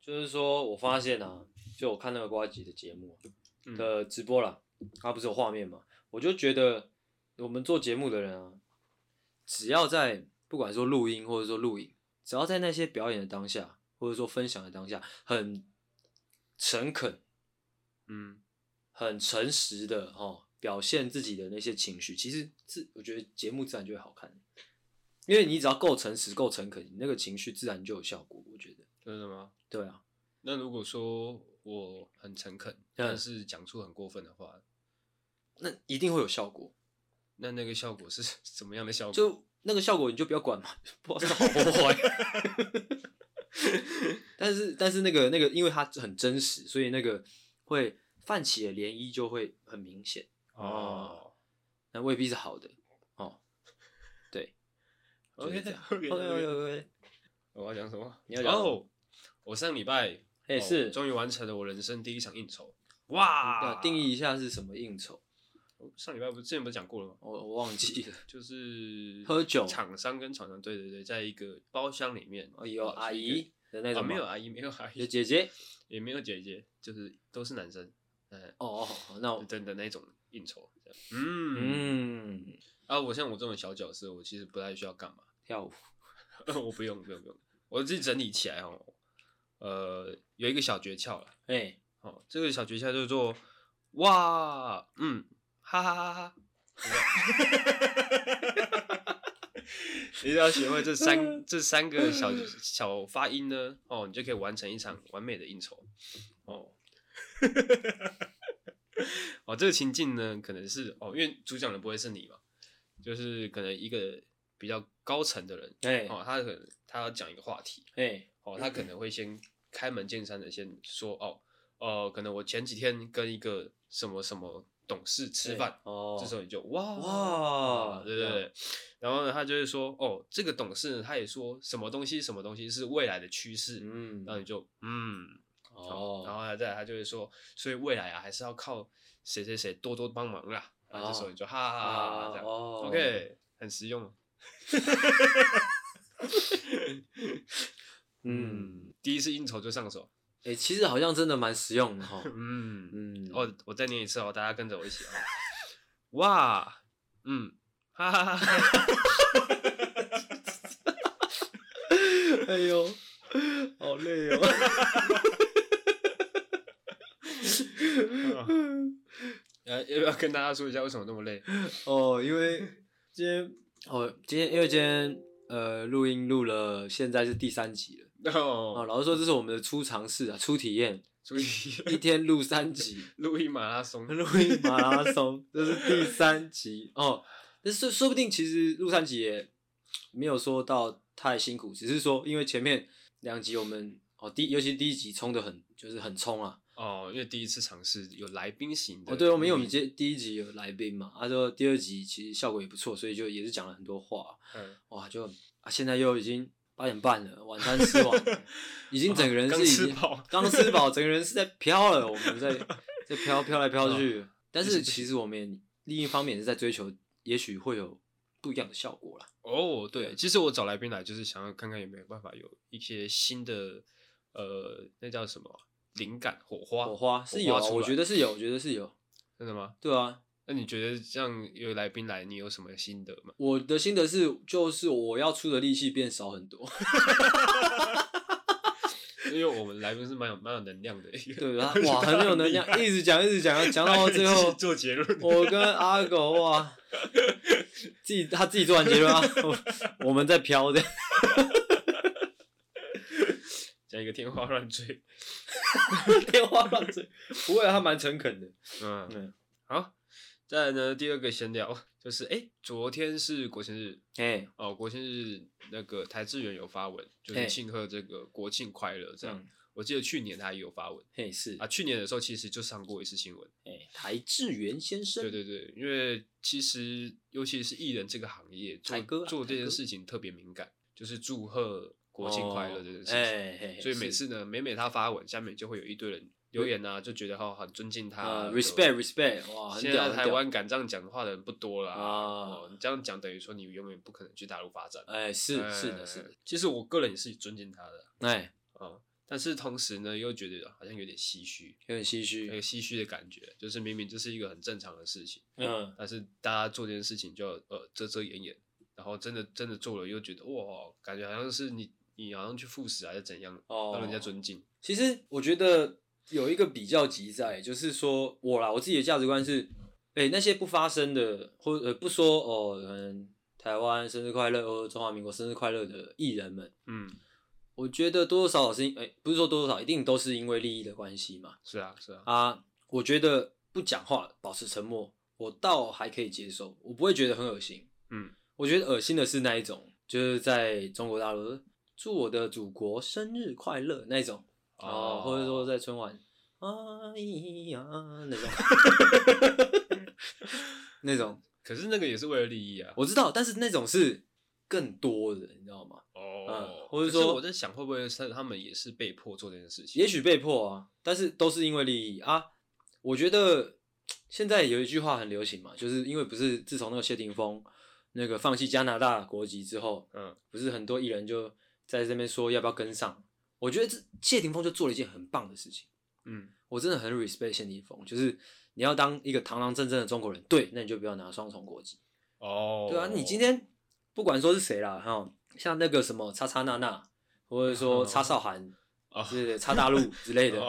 就是说我发现啊，就我看那个瓜吉的节目啊嗯的直播啦，他不是有画面嘛，我就觉得我们做节目的人啊，只要在不管说录音或者说录影，只要在那些表演的当下，或者说分享的当下，很诚恳、嗯，很诚实的哦，表现自己的那些情绪，其实自我觉得节目自然就会好看，因为你只要够诚实、够诚恳，你那个情绪自然就有效果。我觉得，真的吗？对啊，那如果说我很诚恳，嗯但是讲出很过分的话，那一定会有效果。那那个效果是 什么样的效果？ 就那个效果你就不要管嘛， 不知道好不好。 但是但是那个那个，因为它很真实，所以那个会泛起的涟漪就会很明显，哦那未必是好的哦。对，OK 就是这样 OK OK， OK，我要讲什么？你要讲什么哦，我上礼拜哎哦是嗯啊终于啊完成了我人生第一场应酬，哇！定义一下是什么应酬，哦上礼拜不是之前不是讲过了吗？我我忘记 了。就是喝酒厂商跟厂商，对对对，在一个包厢里面，哦，有哦阿是一个姨的那啊，种吗，没有阿姨，没有阿有姨，姐姐。也没有姐姐，就是都是男生，嗯，哦哦，哦那我等的那种应酬，这样嗯嗯，啊，我像我这种小角色，我其实不太需要干嘛， 跳舞我不用不用不用，我自己整理起来哦，呃，有一个小诀窍啦，哎，哦，这个小诀窍叫做哇，嗯，哈哈哈哈。你只要学会这三这三个小小发音呢，哦，你就可以完成一场完美的应酬。哦，哦，这个情境呢，可能是哦，因为主讲的不会是你嘛，就是可能一个比较高层的人，哎哦，他可能他要讲一个话题，哎哦，他可能会先开门见山的先说哦，呃，可能我前几天跟一个什么什么董事吃饭，哦，这时候你就哇哇啊对对对，然后呢，他就会说哦，这个董事呢他也说什么东西什么东西是未来的趋势，嗯然后你就嗯，哦，然后呢再来他就会说，所以未来啊还是要靠谁谁谁多多帮忙啦，然后这时候你就哈哈哈哈哈啊这样哦，OK，很实用。嗯，，第一次应酬就上手，哎、其实好像真的蛮实用的 哈。嗯嗯， 哦，我再念一次哦，大家跟着我一起哦。哇，嗯，哈哈哈哈，哎呦，好累哦。嗯呃，要不要跟大家说一下为什么那么累？ 哦，因为今天，哦，今天因为今天呃录音录了，现在是第三集了。然啊、后老实说，这是我们的初尝试啊，初体验，注意一天录三集，录音马拉 松，录音马拉松，这是第三集哦。但是说不定其实录三集也没有说到太辛苦，只是说因为前面两集我们哦第尤其第一集冲的很就是很冲啊，哦，因为第一次尝试有来宾型的。哦，对，我们因为我们接第一集有来宾嘛，啊，就第二集其实效果也不错，所以就也是讲了很多话，嗯，哇，就啊，现在又已经八点半了，晚餐吃完了已经整个人哦刚是已吃经饱刚吃饱，整个人是在飘了，我们在在飘飘来飘去，但就是是其实我们也另一方面也是在追求，也许会有不一样的效果啦。哦，对，其实我找来宾来就是想要看看有没有办法有一些新的，呃，那叫什么灵感火花？火花是有啊，出来我觉得是有，我觉得是有，真的吗？对啊，那你觉得这样有来宾来，你有什么心得吗？我的心得是，就是我要出的力气变少很多。 因为我们来宾是蛮有蛮有能量的一个，对他哇，很有能量，一直讲一直讲，讲然到后 最后，做结论，我跟阿狗哇，自己他自己做完结论啊， 我我们在飘的。讲一个天花乱坠。天花乱坠，不会、啊，他蛮诚恳的。嗯，嗯，好，再来呢，第二个闲聊就是，哎、昨天是国庆日哎、哦，国庆日那个台志远有发文，就哎是庆贺这个国庆快乐这样。嗯我记得去年他也有发文嘿是，啊，去年的时候其实就上过一次新闻。哎、台志源先生，对对对，因为其实尤其是艺人这个行业，做台哥啊做这台哥件事情特别敏感，就是祝贺国庆快乐这件事情。哦哎嘿嘿所以每是次呢，每每他发文，下面就会有一堆人留言啊，就觉得哦很尊敬他啊啊、 respect respect，哇，很现屌在很台屌湾敢这样讲话的人不多啦。啊哦，你这样讲等于说你永远不可能去大陆发展。哎、是哎是的是的，，其实我个人也是尊敬他的哎、啊，但是同时呢，又觉得好像有点唏嘘，有点唏有嘘。个唏嘘的感觉，就是明明这是一个很正常的事情，嗯，但是大家做这件事情就呃遮遮掩掩，然后真的真的做了又觉得哇，感觉好像是你你好像去赴死还是怎样，哦让人家尊敬。其实我觉得有一个比较级在，就是说我啦，我自己的价值观是，哎、那些不发声的，或呃不说哦，可能台湾生日快乐，或者中华民国生日快乐的艺人们，嗯，我觉得多多少少是因，哎、不是说多多少，一定都是因为利益的关系嘛。是啊是啊，啊，我觉得不讲话，保持沉默，我倒还可以接受，我不会觉得很恶心。嗯，我觉得恶心的是那一种，就是在中国大陆祝我的祖国生日快乐那一种，哦，或者说在春晚，哎呀那种，那种可是那个也是为了利益啊。我知道，但是那种是更多的，你知道吗？哦嗯，或者可是说我在想会不会是他们也是被迫做这件事情？也许被迫啊，但是都是因为利益啊。我觉得现在有一句话很流行嘛，就是因为不是自从那个谢霆锋那个放弃加拿大国籍之后，嗯，不是很多艺人就在这边说要不要跟上。我觉得这谢霆锋就做了一件很棒的事情，嗯我真的很 respect 谢霆锋，就是你要当一个堂堂正正的中国人，对，那你就不要拿双重国籍，哦，对啊，你今天不管说是谁啦，哈，像那个什么叉叉娜娜，或者说叉韶涵，啊 是叉大陆之类的，哦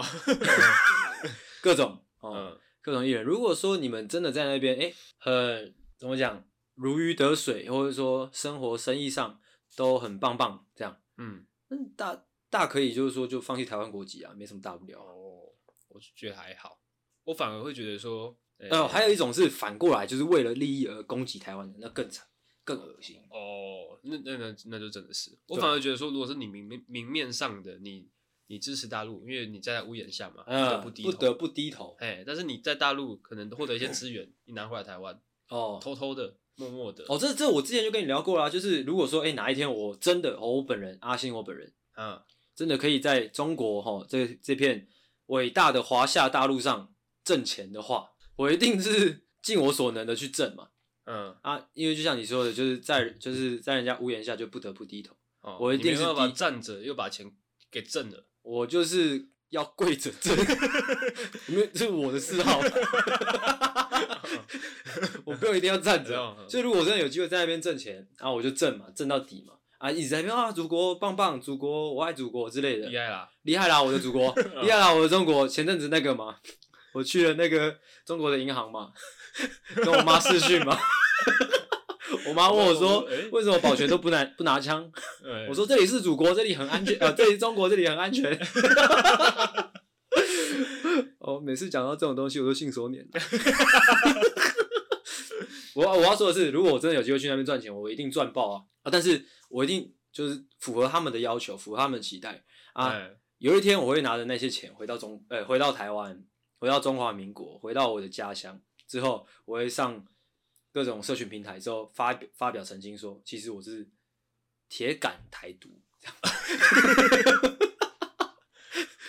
各种哦，嗯各种艺人。如果说你们真的在那边，哎、很怎么讲，如鱼得水，或者说生活、生意上都很棒棒，这样，嗯那大大可以就是说就放弃台湾国籍啊，没什么大不了啊。哦，我是觉得还好，我反而会觉得说，呃哦，还有一种是反过来，就是为了利益而攻击台湾人，那更惨，更恶心。哦，那那那那就真的是，我对反而觉得说，如果是你明面明面上的你你支持大陆，因为你站在屋檐下嘛，不得嗯，不低不头，得不低头。哎，但是你在大陆可能获得一些资源，你拿回来台湾，哦，偷偷的、默默的，哦，这这我之前就跟你聊过啦，就是如果说，哎、哪一天我真的，哦，我本人阿星，我本人嗯，真的可以在中国哈、这这片伟大的华夏大陆上挣钱的话，我一定是尽我所能的去挣嘛。嗯，啊，因为就像你说的，就是在就是在人家屋檐下就不得不低头，哦，我一你定没是办法第一站着又把钱给挣了，我就是要跪着挣，没有，这是我的嗜好， 我不用一定要站这着样。嗯所以如果我真的有机会在那边挣钱，啊，我就挣嘛，挣到底嘛。啊，一直在那边啊，祖国棒棒，祖国我爱祖国之类的厉，害啦， 厉害啦，我的祖 国，厉害啦，我的中国。前阵子那个嘛，我去了那个中国的银行嘛，跟我妈视讯嘛， 我妈问我说哎，为什么保全都不拿不拿枪？哎我说这里是祖国，这里很安全，呃，这里是中国，这里很安全。哦，每次讲到这种东西，我都信手拈来。 我我要说的是，如果我真的有机会去那边赚钱，我一定赚爆啊！啊，但是我一定就是符合他们的要求，符合他们的期待啊。哎有一天我会拿着那些钱回到中，呃，回到台湾，回到中华民国，回到我的家乡之后，我会上各种社群平台之后发表发表澄清说，其实我是铁杆台独，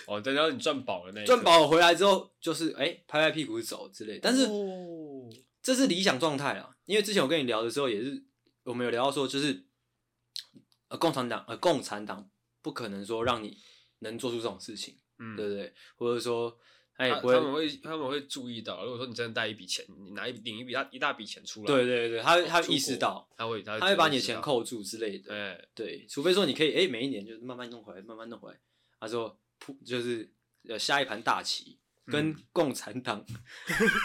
哦，等到你赚饱了那一赚刻，饱回来之后就是哎、拍拍屁股走之类，但是哦这是理想状态啊，因为之前我跟你聊的时候也是，我们有聊到说就是，呃，共产党呃共产党不可能说让你能做出这种事情，嗯对不对？或者说他也他不会他。们会他们会注意到，如果说你真的带一笔钱，你拿一领一笔大一大笔钱出来，对对对，他哦他出意识国到，他会他他会把你的知道钱，扣住之类的。哎，对，除非说你可以哎、诶每一年就是慢慢弄回来，慢慢弄回来。他说铺就是呃下一盘大棋，跟嗯共产党、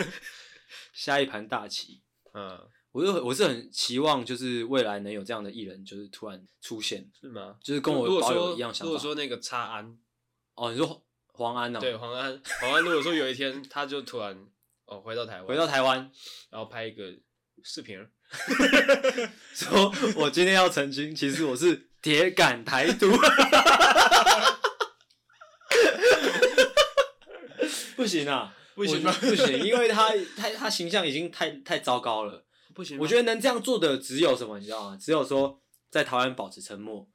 下一盘大棋。嗯，我就我是很期望，就是未来能有这样的艺人，就是突然出现，是吗？就是跟如我果保说有一样想如果法。说那个插安，哦，你说黄安哦，对黄安，黄安如果说有一天他就突然哦回到台湾，回到台湾，然后拍一个视频儿，说我今天要澄清，其实我是铁杆台独。 不行啊，不行吗我觉得不行，因为他他他形象已经太太糟糕了。不行吗，我觉得能这样做的只有什么，你知道吗？只有说在台湾保持沉默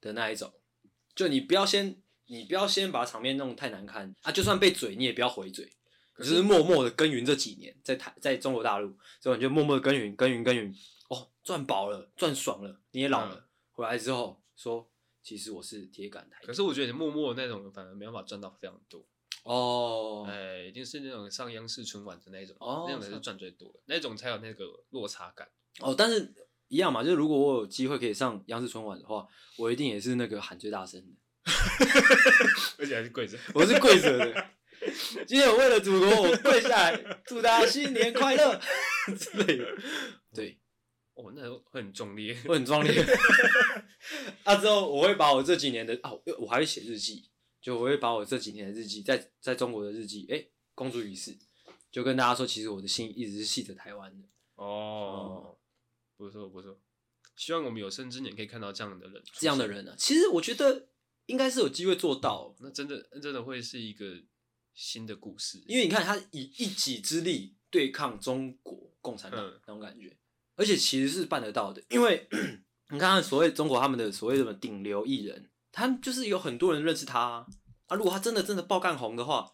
的那一种，就你不要先你不要先把场面弄得太难看啊，就算被嘴你也不要回嘴，可就是是默默的耕耘这几年，在台在中国大陆之后你就默默的耕耘嗯耕耘耕耘，哦，赚饱了赚爽了，你也老了，回来之后说，其实我是铁杆台可是我觉得默默那种反而没办法赚到非常多，哦，哎，一定是那种上央视春晚的那一种，哦那种才上是赚最多的，那种才有那个落差 感。哦，但是一样嘛，就是如果我有机会可以上央视春晚的话，我一定也是那个喊最大声的，而且还是跪着。我是跪着的。今天我为了祖国，我跪下来，祝大家新年快乐之类的。对，哦，那会很壮烈。我很壮烈。啊，之后我会把我这几年的啊，我我还会写日记，就我会把我这几年的日记，在在中国的日记，哎、公诸于世，就跟大家说，其实我的心一直是系着台湾的。哦，不错不错，希望我们有生之年可以看到这样的人，这样的，人啊，其实我觉得应该是有机会做到，那真的真的会是一个新的故事，因为你看他以一己之力对抗中国共产党嗯那种感觉，而且其实是办得到的，因为 你看他所谓中国他们的所谓的顶流艺人，他们就是有很多人认识他啊，啊如果他真的真的爆干红的话，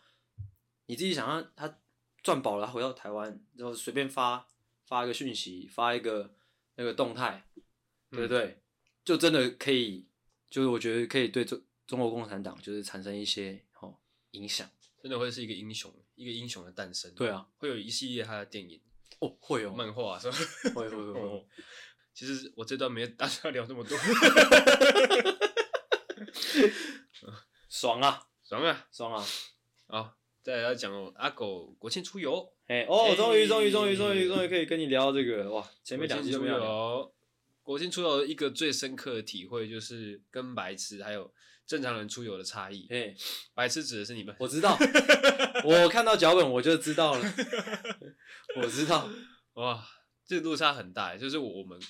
你自己想他他赚饱了，他回到台湾然后随便发发一个讯息，发一个那个动态，嗯对不对？就真的可以，就是我觉得可以对中中国共产党就是产生一些哦影响，真的会是一个英雄，一个英雄的诞生。对，啊，会有一系列他的电影、哦会哦，漫画是吧？会会会会。哦，其实我这段没打算聊这么 多，爽啊，爽啊！爽啊！好，再来要讲哦，阿狗国庆出游，哎、哦，终于，终于，终于，终于，终于可以跟你聊到这个哇！前面两集国都庆没出有聊。游，国庆出游一个最深刻的体会就是跟白痴还有正常人出游的差异。哎、白痴指的是你们，我知 道，我看到脚本我就知道了， 我知道。哇，这落差很大耶，欸就是我们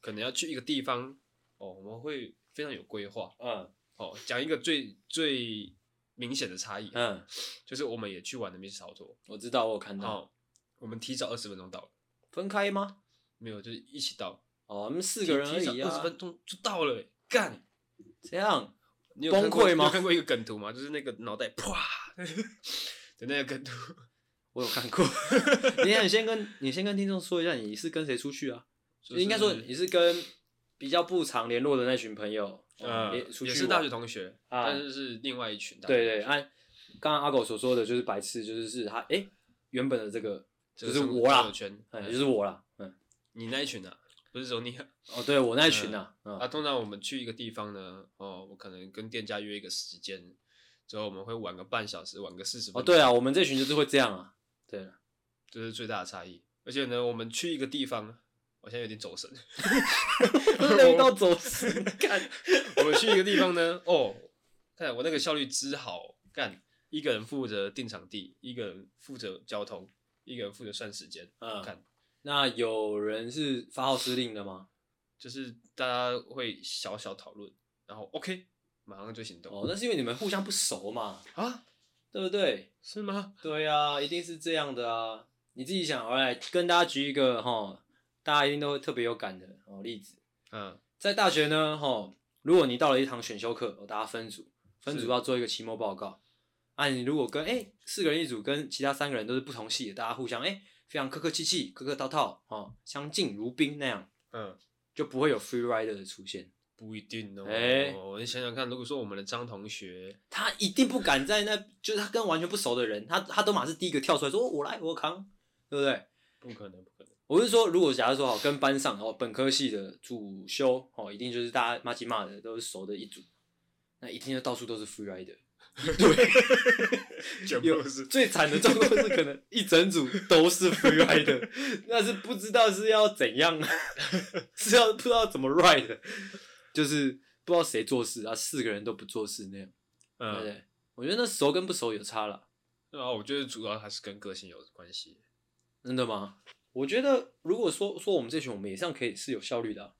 可能要去一个地方哦，我们会非常有规划嗯哦。讲一个最最明显的差异，嗯，就是就是我们也去玩了密室逃脱，我知道，我有看到。哦，我们提早二十分钟到了，分开吗？没有，就是一起到，哦，我们四四个人而提已早二啊十。分钟就到了耶，干。这样，你有看过崩溃吗你有看过一个梗图吗？就是那个脑袋啪的那个梗图，我有 看过。你你先跟你先跟听众说一下，你是跟谁出去啊？就是应该说你是跟比较不常联络的那群朋友，哦呃嗯也出去也是大玩学同学，啊但是是另外一群大学对同学。对，按刚刚阿狗所说的，就是白痴，就是是他哎、诶原本的这个这就个是生活我交啦友，圈，哎、就是我啦，嗯，你那一群啊，不是说你啊。哦，对我那一群啊，嗯，啊，通常我们去一个地方呢，哦，我可能跟店家约一个时间，之后我们会晚个半小时，晚个四十哦分钟，对啊，我们这群就是会这样啊，对了，这是最大的差异。而且呢，我们去一个地方，我现在有点走神。 累到走神，干， 我们去一个地方呢，哦，看我那个效率之好，干一个人负责定场地，一个人负责交通，一个人负责算时间，嗯，看 那有人是发号施令的吗？就是大家会小小讨论，然后 OK，马上就行动。哦，那是因为你们互相不熟嘛，啊，对不对？是吗？对啊，一定是这样的啊，你自己想，我来跟大家举一个哈，大家一定都会特别有感的哦例子，嗯，在大学呢，吼，如果你到了一堂选修课，哦大家分组，分是组要做一个期末报告。啊，你如果跟哎、四个人一组，跟其他三个人都是不同系的，大家互相哎、非常客客气气、客客套套，哦，相敬如宾那样，嗯，就不会有 free rider 的出现。不一定哦。哎我你想想看，如果说我们的张同学，他一定不敢在那，就是他跟完全不熟的人，他他都马是第一个跳出来说哦我来我扛，对不对？不可能，不 可能。我是说，如果假如说好跟班上哦本科系的主修哦，一定就是大家骂鸡骂的都是熟的一组，那一定就到处都是 free rider。 全有最惨的状况是，可能一整组都是 free rider，那是不知道是要怎样，啊 是要不知道怎么 ride，的就是不知道谁做事啊，四个人都不做事那样，对不嗯，对？我觉得那熟跟不熟有差了，然后我觉得主要还是跟个性有关系。真的吗？我觉得如果说说我们这群，我们也上可以是有效率的啊、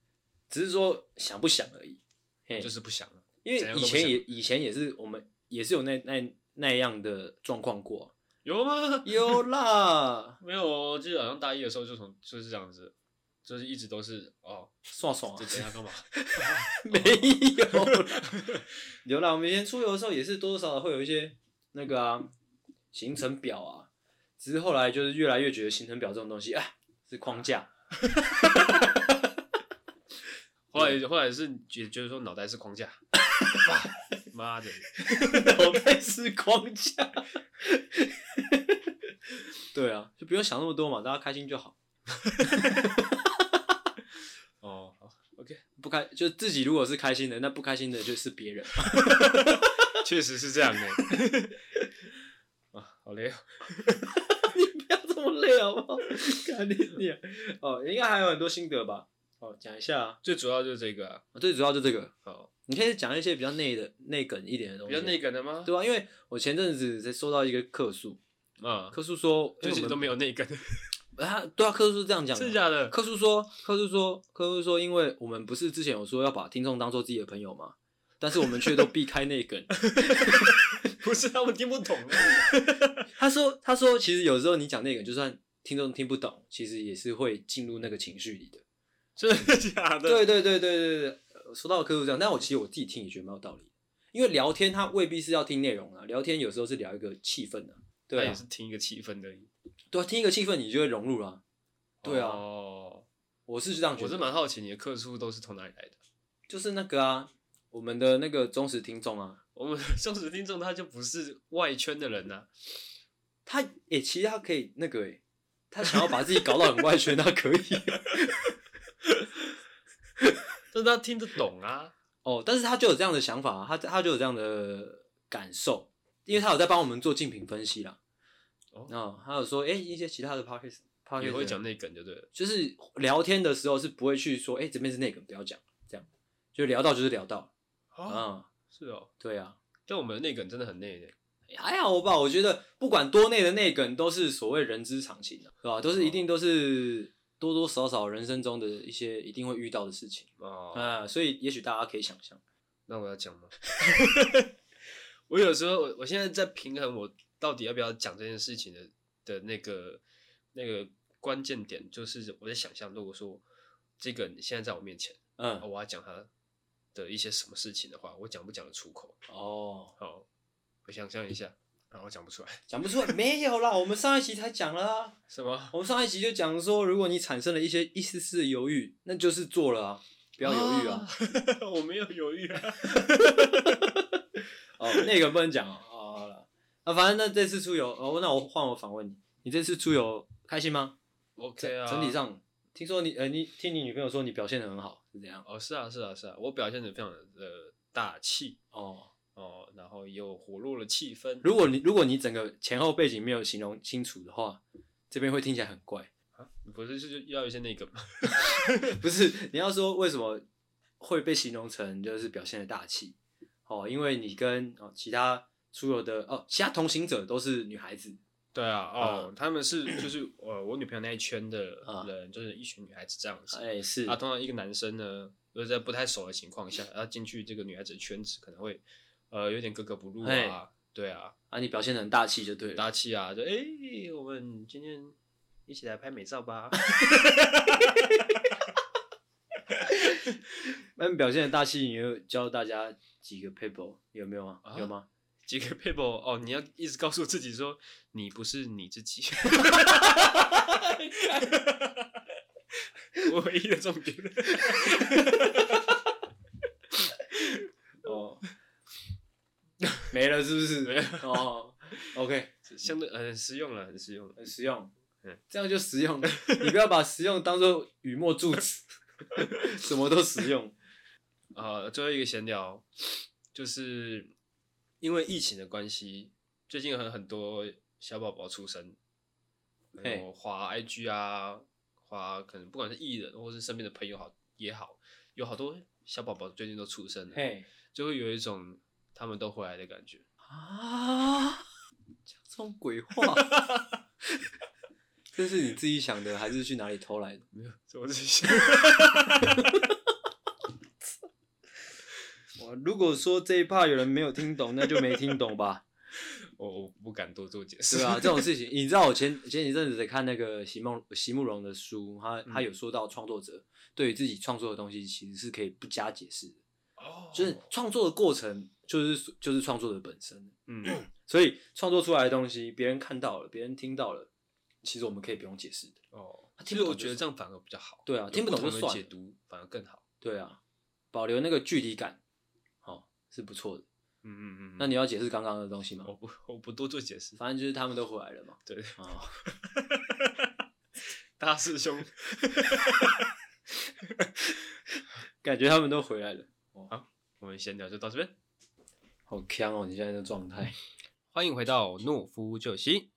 只是说想不想而已。嘿就是不想了，因为怎样以都不前想也以前也是我们也是有那那那样的状况 过，啊有吗？有啦，没有，我记得好像大一的时候就从就是这样子，就是一直都是哦，爽爽、啊这。等一下 干嘛？没有啦，有啦。我们以前出游的时候也是多多少少会有一些那个啊行程表啊，只是后来就是越来越 觉得行程表这种东西啊是框架，后来后来是觉觉得说脑袋是框架，妈的，脑袋是框架。对啊，就不用想那么多嘛，大家开心就好。哦好，OK，不开就自己如果是开心的，那不开心的就是别人。确实是这样的。啊，好累哦，你 不要这么累好不好？看你你 哦，应该还有很多心得吧？哦，讲一下、啊，哦最主要就是这个、啊，最主要就这个，好，你可以讲一些比较内的内梗一点的东比西。较内梗的吗？对啊，因为我前阵子才收到一个客诉，啊，客诉说，最近都没有有内梗，他对啊，客诉是这样讲的，真的假的？客诉说，客诉说，客诉说，因为我们不是之前有说要把听众当做自己的朋友吗？但是我们却都避开内梗。不是他们听不 懂啊，他说，他说，其实有时候你讲内梗，就算听众听不懂，其实也是会进入那个情绪里的。真的假的？对对对对对对，呃说到客诉这样，但我其实我自己听也觉得蛮有道理的，因为聊天它未必是要听内容啊，聊天有时候是聊一个气氛啊，对那啊也，是听一个气氛而已。对啊，听一个气氛你就会融入啦、对啊哦，我是这样觉得，我是蛮好奇你的客诉都是从哪里来的。就是那个啊，我们的那个忠实听众啊，我们的 忠实听众他就不是外圈的人呐、他诶、其实他可以那个诶、他想要把自己搞到很外圈，他可以 但是他听得懂啊。哦，但是他就有这样的想法、啊，他他就有这样的感受，因为他有在帮我们做竞品分析啦。哦哦，他有说，诶、一些其他的 podcast podcast 也会人讲内梗就对了。就是聊天的时候是不会去说，哎、这边是那个，不要讲，这样就聊到就是聊到，啊嗯，是哦，对啊，但我们的内梗真的很内的。还好吧，我觉得不管多内的内梗都是所谓人之常情啊，是吧？都是一定都是多多少少人生中的一些一定会遇到的事情哦，啊、所以也许大家可以想象，那我要讲吗？ 我有时候，我我现在在平衡我到底要不要讲这件事情的的那个那个关键点，就是我在想象，如果说这个人现在在我面前，啊嗯，我要讲他的一些什么事情的话，我讲不讲得出口？哦，好，我想象一下，啊，我讲不出来。讲不出来，没有啦，我们上一集才讲了啊，什么？我们上一集就讲说，如果你产生了一些一丝丝的犹豫，那就是做了啊，不不要犹豫啊。！ 我没有犹豫啊。哦，那个不能讲哦。哦，好了，那、反正那这次出游，哦，那我换我反问你，你这次出游开心吗？ OK 啊，整体上，听说你呃，你听你女朋友说你表现的很好，是这样？哦，是啊，是啊，是啊，我表现的非常的大气哦，哦，然后也有活络了气氛。如果你如果你整个前后背景没有形容清楚的话，这边会听起来很怪。 啊，不是就是要一些那个吗？ 不是，你要说为什么会被形容成就是表现的大气？哦，因为你跟哦其他出游的哦其他同行者都是女孩子，对啊，哦，他们是就是呃，我女朋友那一圈的啊人，就是一群女孩子这样子。哎、是啊，通常一个男生呢，就是在不太熟的情况下，要进去这个女孩子的圈子，可能会呃有点格格不入哎啊，对啊，啊，你表现的很大气就对了。大气啊，就哎、我们今天一起来拍美照吧。那你表现的大气，你有教大家几个 paper 有没有啊？啊有吗？几个 people 哦，你要一直告诉自己说你不是你自己。 我唯一的重点，哦， 没了是不没是有？哦，OK，相对呃很实用了，很实用了。很实用嗯，这样就实用。 你不要把实用当做语末助 词，什么都实用。啊、最后一个闲聊，就是因为疫情的关系，最近很很多小宝宝出生，嘿我滑 IG 啊，滑可能不管是艺人或是身边的朋友好也好，有好多小宝宝最近都出生了，嘿就会有一种他们都回来的感觉。啊，讲这种鬼 话，这是你自己想的，还是去哪里偷来的？没有，我只是 想，我如果说这一 part 有人没有听懂，那就没听懂吧。我我不敢多做解 释。对啊，这种事情，你知道我前前一阵子在看那个席梦席慕容的书，他他嗯有说到创作者对于自己创作的东西其实是可以不加解释的，哦，就是创作的过程就是就是创作的本身，嗯，所以创作出来的东西别人看到了，别人听到了，其实我们可以不用解释的。哦，他其啊听实不懂我就觉得算这样反而比较好。对啊有听不懂同就的算解了读反而更好。对啊，保留那个距离感，哦，是不错的。嗯嗯嗯，哦那你要解释刚刚的东西吗？我不我不多做解释，反正就是他们都回来了嘛。对，哦，大 师兄，感觉他们都回来了，我们闲聊就到这边，好强哦！你现在的状态。欢迎回到懦夫救星，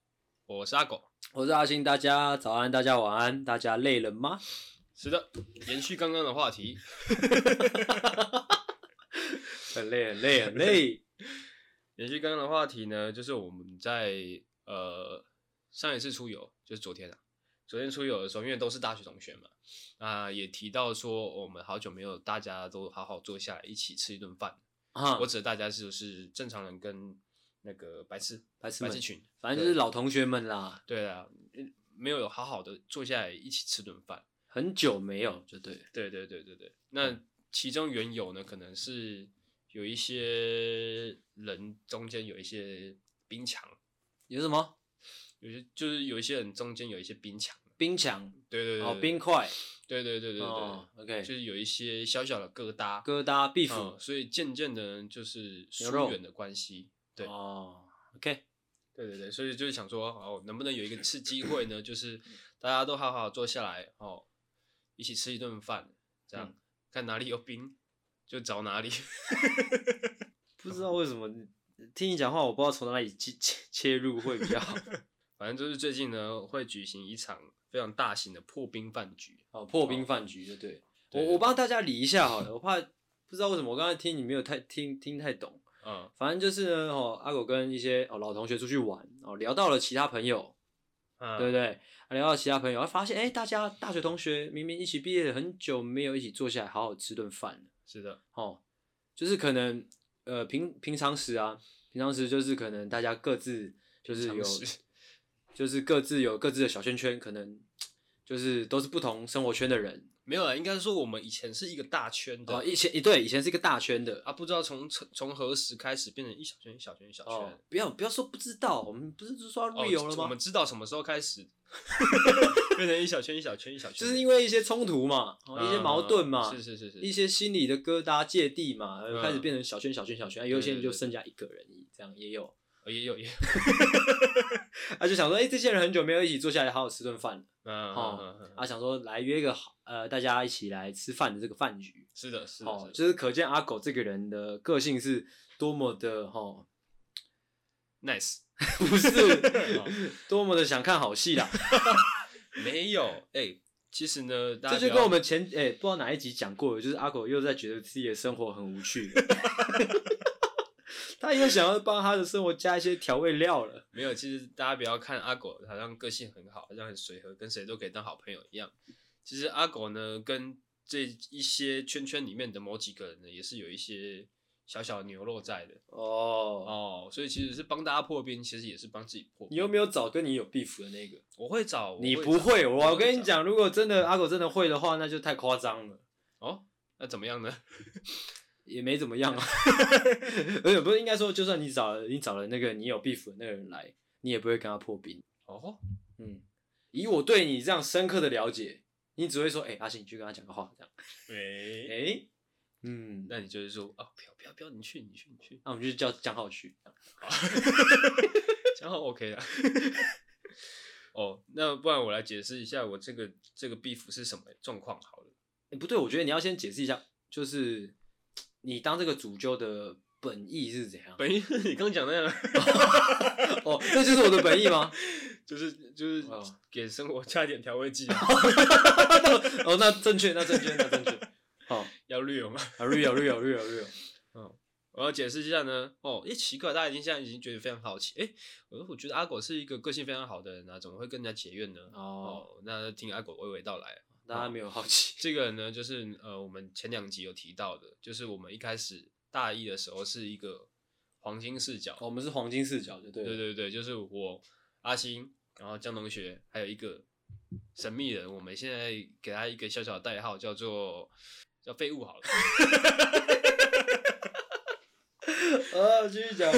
我是阿狗。我是阿星，大家早安，大家晚安，大家累了吗？是的，延续刚刚的话题， 很累，很累，很累。延续刚刚的话题呢，就是我们在呃上一次出游，就是昨天啊，昨天出游的时候，因为都是大学同学嘛，啊、也提到说我们好久没有大家都好好坐下来一起吃一顿饭。啊我，指的大家是就是正常人跟那个白痴白痴白们痴群，反正就是老同学们啦，对啊，没有好好的坐下来一起吃顿饭。很久没有，就对嗯了。对对对对对，那其中缘由呢，可能是有一些人中间有一些冰墙，有什么有些就是有一些人中间有一些冰墙，冰墙？对对对，哦，对冰，块。对对对对对，哦对，OK，就是有一些小小的疙瘩，疙瘩壁嗯虎。所以渐渐的，就是疏牛肉远的关系。对哦，OK，对对对，所以就是想说，哦，能不能有一个次机会呢？就是大家都好好坐下来，哦，一起吃一顿饭，嗯这样、看哪里有冰就找哪里。 不知道为什么听你讲话，我不知道从哪里切切切入会比较好。反正就是最近呢，会举行一场非常大型的破冰饭局。 哦，破冰饭局，就对了。对我我帮大家理一下好了，我怕不知道为什么我刚才听你没有太听听太懂。嗯反正就是呢，哦，阿狗跟一些哦老同学出去玩，哦聊到了其他朋友，嗯，对不对？啊聊到其他朋友，发现哎，大家大学同学明明一起毕业了，很久没有一起坐下来好好吃顿饭了，是的，哦，就是可能呃平平常时啊，平常时就是可能大家各自就是平有常时，就是各自有各自的小圈圈，可能就是都是不同生活圈的人没有啦，应该说我们以前是一个大圈的，哦，以前对以前是一个大圈的啊，不知道从从从何时开始变成一小圈一小圈一小圈。哦，不要不要说不知道，我们不是就说哦旅游了我吗们？知道什么时候开 始变成一小圈一小圈一小圈的，就是因为一些冲突嘛，哦嗯一些矛盾嘛，是是是是，一些心理的疙瘩芥蒂嘛，呃嗯开始变成小圈小圈小圈，有些人就剩下一个人，这样也有。哦也有也有，啊，就想说，哎、这些人很久没有一起坐下来好好吃顿饭了，嗯，哦嗯嗯嗯啊，想说来约一个好，呃，大家一起来吃饭的这个饭局，是的，是的，哦，是的就是可见阿狗这个人的个性是多么的，哦， nice，不 是哦多么的想看好戏啦，没有，哎，其实呢，大这就家不跟要我们前，哎、不知道哪一集讲过的，就是阿狗又在觉得自己的生活很无趣 了，他又想要帮他的生活加一些调味料了。没有，其实大家不要看阿狗好像个性很好，好像很随和，跟谁都可以当好朋友一样。其实阿狗呢，跟这一些圈圈里面的某几个人呢，也是有一些小小的牛肉在的哦，哦，所以其实是帮大家破冰，其实也是帮自己破你冰。有没有找跟你有 beef 的那个？我会找，你我不找会，我跟你找讲，如果真的阿狗真的会的话，那就太夸张了，哦，那怎么样呢？也没怎么样 啊。而且不是应该说，就算你找了你找了那个你有 beef 的那个人来，你也不会跟他破冰。哦，嗯，以我对你这样深刻的了解，你只会说，哎、阿信，你去跟他讲个话，这样。喂哎、嗯，那你就是说啊，不要不要不要，你去你去你去，那我们就叫江浩去。这样这样 OK 了。 哦，那不然我来解释一下我这个这个 beef 是什么状况好了。哎不对，我觉得你要先解释一下，就是你当这个主揪的本意是怎样？本意是你刚讲那样， 哦，这就是我的本意吗？ 就是就是哦给生活加点调味剂，啊哦，那正确，那正确，那正确。好、要绿油嘛。啊 real real real real，我要解释一下呢。哦，诶，奇怪，大家已经现在已经觉得非常好奇。诶，我我觉得阿狗是一个个性非常好的人啊，怎么会跟人家结怨呢？哦，哦，那听阿狗娓娓道来。大家没有好奇，这个人呢，就是呃，我们前两集有提到的，就是我们一开始大一的时候是一个黄金视角，哦我们是黄金视角，就对了。对对对，就是我阿星，然后江同学，还有一个神秘人，我们现在给他一个小小的代号，叫做叫废物好了。呃，继续讲。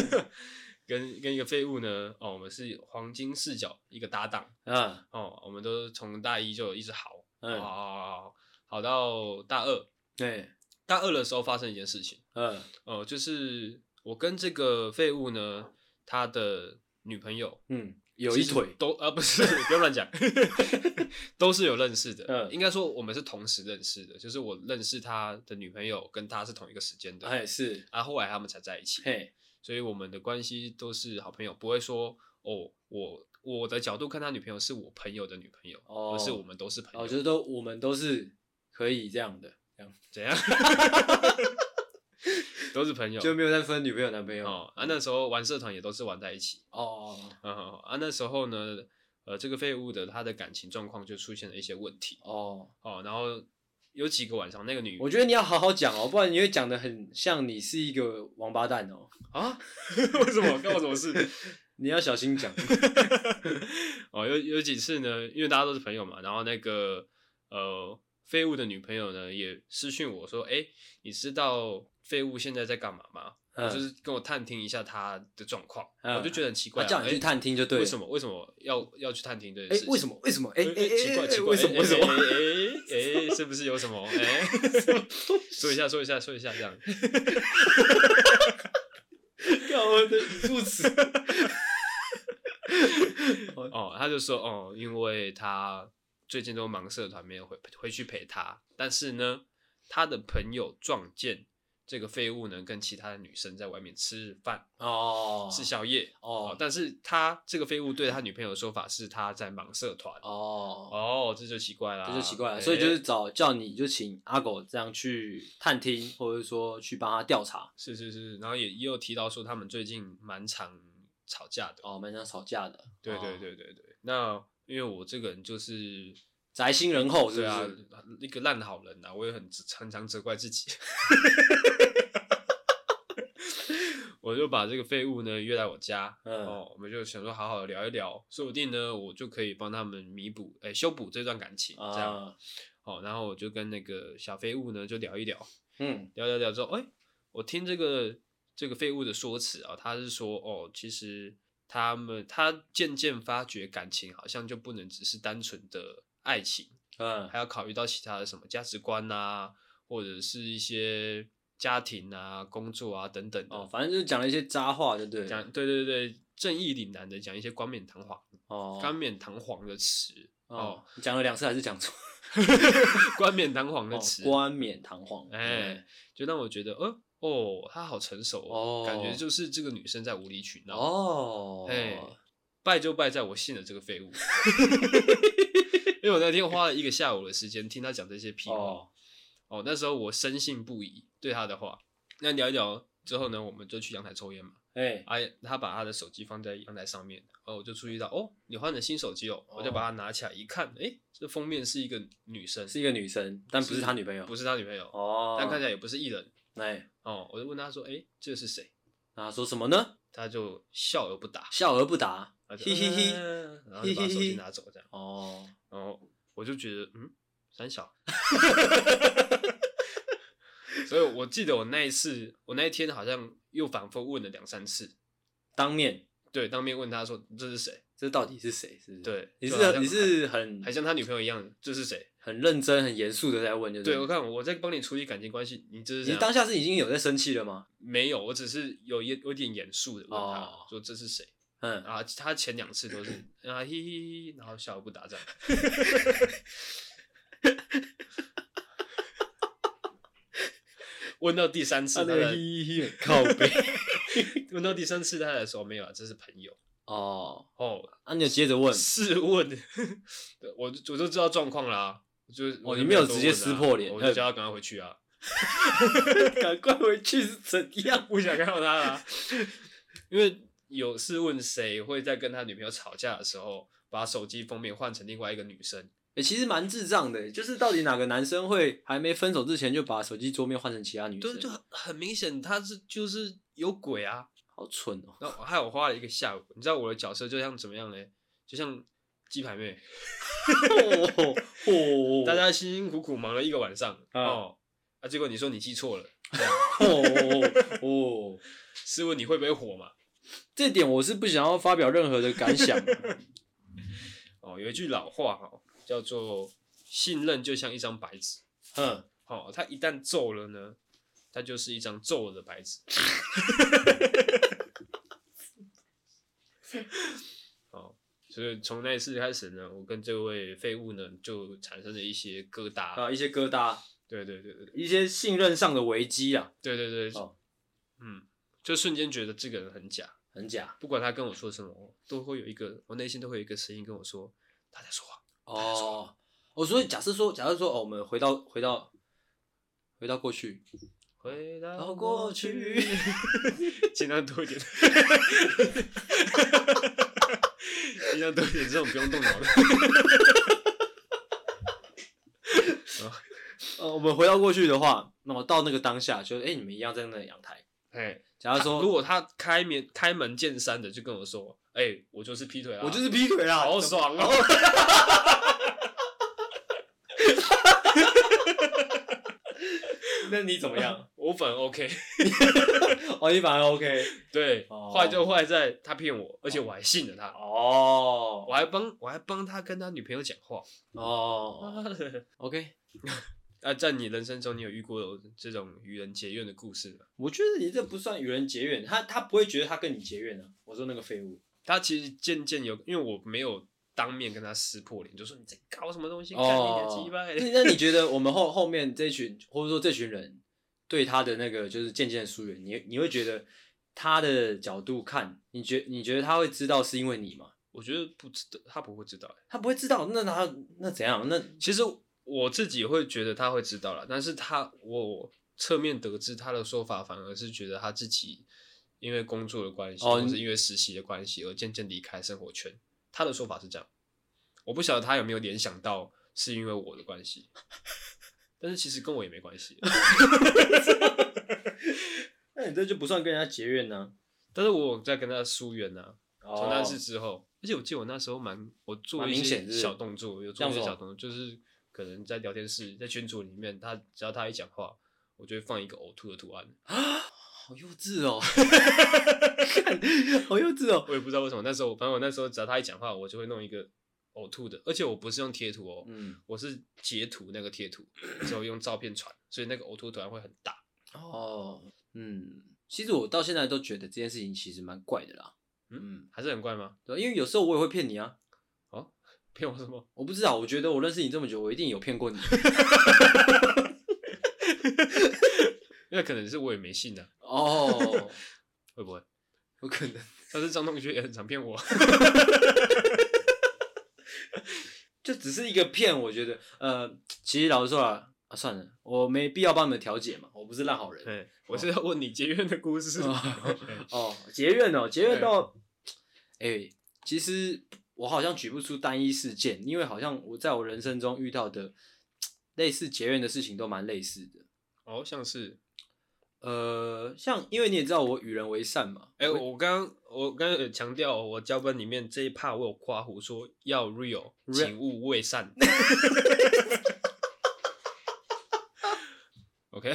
跟跟一个废物呢，哦，我们是黄金视角一个搭档啊，哦，我们都从大一就一直好，好嗯，好好好好到大二，对，大二的时候发生一件事情，嗯呃，就是我跟这个废物呢，他的女朋友嗯，有一其实腿，都啊不是， 不要乱讲，都是有认识的。嗯应该说我们是同时认识的，就是我认识他的女朋友跟他是同一个时间的，哎是，啊，后来他们才在一起，嘿，所以我们的关系都是好朋友，不会说哦，我我的角度看他女朋友是我朋友的女朋友，哦而是我们都是朋然友，后就是都我们都是可以这样的，这样怎样， 都是朋友。就没有再分女朋友男朋友。哦啊，那时候玩社团也都是玩在一起，哦哦嗯哼啊，那时候呢，呃，这个废物的他的感情状况就出现了一些问题，哦哦，哦，然后有几个晚上，那个女我觉得你要好好讲哦，不然你会讲的很像你是一个王八蛋哦，啊， 为什么干我什么事？ 你要小心讲。哦，有有几次呢，因为大家都是朋友嘛，然后那个呃，废物的女朋友呢也私讯我说，哎、你知道废物现在在干嘛吗？嗯就是跟我探听一下他的状况，嗯我就觉得很奇怪、他啊，叫你去诶探听就对了。为什么为什么要要去探听这件哎事情？，为什么？为什么？哎哎哎，哎奇怪哎奇怪，为什么？为什么？哎哎哎，是不是有什么？哎，说一下说一下说一下这样。哎 看我的语助词。哦，他就说哦，因为他最近都忙社团，没有回回去陪他。但是呢，他的朋友撞见这个废物呢，跟其他的女生在外面吃饭、哦，吃宵夜。哦哦，但是他这个废物对他女朋友的说法是他在忙社团。哦，哦，这就奇怪啦，这就奇怪了。哎所以就是找叫你就请阿狗这样去探听，或者说去帮他调查。是是是，然后也也有提到说他们最近蛮常吵架的。哦，蛮想吵架的。对哦对，对对对，那因为我这个人就是宅心仁厚是对啊不哦是？，一个烂好人啊，我也很自很常责怪自己。 我就把这个废物呢约来我家，嗯哦，我们就想说好好地聊一聊，说不定呢我就可以帮他们弥补，哎、修补这段感情，这样。啊，哦，然后我就跟那个小废物呢就聊一聊，嗯聊聊聊之后，哎、我听这个这个废物的说辞啊，他是说哦，其实他们他渐渐发觉感情好像就不能只是单纯的爱情，嗯还要考虑到其他的什么价值观啊，或者是一些家庭啊、工作啊等等的。哦，反正就是讲了一些渣话，对不对？讲对对对，正义凛然的讲一些冠冕堂皇、哦，冠冕堂皇的词哦，你讲了两次还是讲错，冠冕堂皇的哦词，冠冕堂皇。哎，就让我觉得，呃，哦，他好成熟哦感觉就是这个女生在无理取嗯，闹。哦，哎，败就败在我信了这个 废物，因为我那天花了一个下午的时间听他讲这些屁话。哦哦，那时候我深信不疑对他的话。那聊一聊之后呢，我们就去阳台抽烟嘛。哎，哎、他把他的手机放在阳台上面，然后我就注意到，哦，你换了新手机哦，我就把它拿起来一看，哎、这封面是一个女生，是一个女生，但不是他女朋友，不是他女朋友，哦，但看起来也不是艺人。哎，哦，我就问他说，哎、这是谁？那说什么呢？他就笑而不答，笑而不答，他就嘿嘿嘿嗯啊然后就把嘿嘿手机嘿拿走这样。哦，然后我就觉得，嗯，三小。 所以我记得我那一次，我那一天好像又反复问了两三次，当面，对，当面问他说这是谁，这到底是谁？是不是？，对，你就好是像你是很还像他女朋友一样，这是谁？很认真、很严肃的在问，就是对我，看我在帮你处理感情关系，你这是你怎当下样？是已经有在生气了吗？没有，我只是有一有点严肃的问他、哦说这是谁嗯，啊？他前两次都是 啊嘿嘿，嘿，然后笑而不答这样。 问到第三次，他他才啊嘿嘿靠背，问到第三次，他才说没有啊，这是朋友哦，哦。啊，你有接着 问，试问，对我就我就知道状况啦，我就我就你没有多直接问啊撕破脸我就叫他赶快回去 啊，赶快回去是怎样？ 不想看到他啦。因为有试问谁会在跟他女朋友吵架的时候，把手机封面换成另外一个女生？欸、其实蛮智障的，欸就是到底哪个男生会还没分手之前就把手机桌面换成其他女生？对，就很很明显，他是就是有鬼啊！好蠢哦、然后害我花了一个下午，你知道我的角色就像怎么样嘞？就像鸡排妹， 哦哦 大家辛辛苦苦忙了一个晚上、啊哦，啊，结果你说你记错了，这样哦哦，试问你会不会火嘛？这点我是不想要发表任何的感想的。 哦，有一句老话哦，叫做“信任就像一张白纸嗯，”好、它一旦皱了呢，它就是一张皱了的白纸。 好，哦所以从那一次开始呢，我跟这位废物呢就产生了一些疙瘩。啊，一些疙瘩，对对对对一些信任上的危机啊，对对对，哦嗯，就瞬间觉得这个人很假，很假不管他跟我说什么，都会有一个我内心都会有一个声音跟我说他在说谎。哦。哦，所以假设说，假设说，哦，我们回到回到回到过去，回到到过过去去， 尽量多一点，尽量多一点这种不用动脑的。呃，我们回到过去的话，那么到那个当下，就是哎、诶你们一样在那个阳台。哎，啊假如说，如果他开门开门见山的就跟我说，哎、我就是劈腿了，我就是劈腿啊啦，好爽哦、那你怎么样？ 我反而 OK，哦，你反而 OK。对，哦坏就坏在他骗我，而且我还信了他，哦我还帮我还帮他跟他女朋友讲话。哦，OK。啊，在你人生中，你有遇过有这种与人结怨的故事吗？我觉得你这不算与人结怨，他他不会觉得他跟你结怨啊。我说那个废物，他其实渐渐有，因为我没有当面跟他撕破脸，就说你在搞什么东西，看哦你的鸡 巴嘞。那那你觉得我们后后面这群或者说这群人对他的那个就是渐渐疏远，你你会觉得他的角度看，你觉你觉得他会知道是因为你吗？我觉得不知道，他不会知道欸。他不会知道，那他那怎样？那其实我自己会觉得他会知道了，但是他我侧面得知他的说法，反而是觉得他自己因为工作的关系，哦或你是因为实习的关系而渐渐离开生活圈。他的说法是这样，我不晓得他有没有联想到是因为我的关系，但是其实跟我也没关系。那你这就不算跟人家结怨呢、但是我有在跟他疏远啊，哦从那次之后，而且我记得我那时候蛮我做蛮一明显是些不是小动作，有做一这样些子哦小动作，就是可能在聊天室在群组里面，他只要他一讲话，我就会放一个呕吐的图案，好幼稚哦，看好幼稚哦。我也不知道为什么那时候，反正我那时候只要他一讲话，我就会弄一个呕吐的，而且我不是用贴图哦，嗯，我是截图那个贴图，之后用照片传，所以那个呕吐图案会很大。哦，嗯，其实我到现在都觉得这件事情其实蛮怪的啦。嗯，还是很怪吗？ 对，因为有时候我也会骗你啊。骗我什么？我不知道，我觉得我认识你这么久，我一定有骗过你。 因为可能是我也没信啊，哦，会不会？有可能。但是张同学也很常骗 我。就只是一个骗，我觉得，呃，其实老实说啊，啊算了，我没必要帮你们调解嘛，我不是烂好人。对，我是要问你结怨的故事。哦哦，结怨哦，结怨到，哎、其实我好像举不出单一事件，因为好像我在我人生中遇到的类似结怨的事情都蛮类似的。哦，像是，呃，像因为你也知道我与人为善嘛，哎、我刚刚我刚刚有强调，哦我脚本里面这一 part 我有夸胡说要 real， Real 请勿为 善。OK，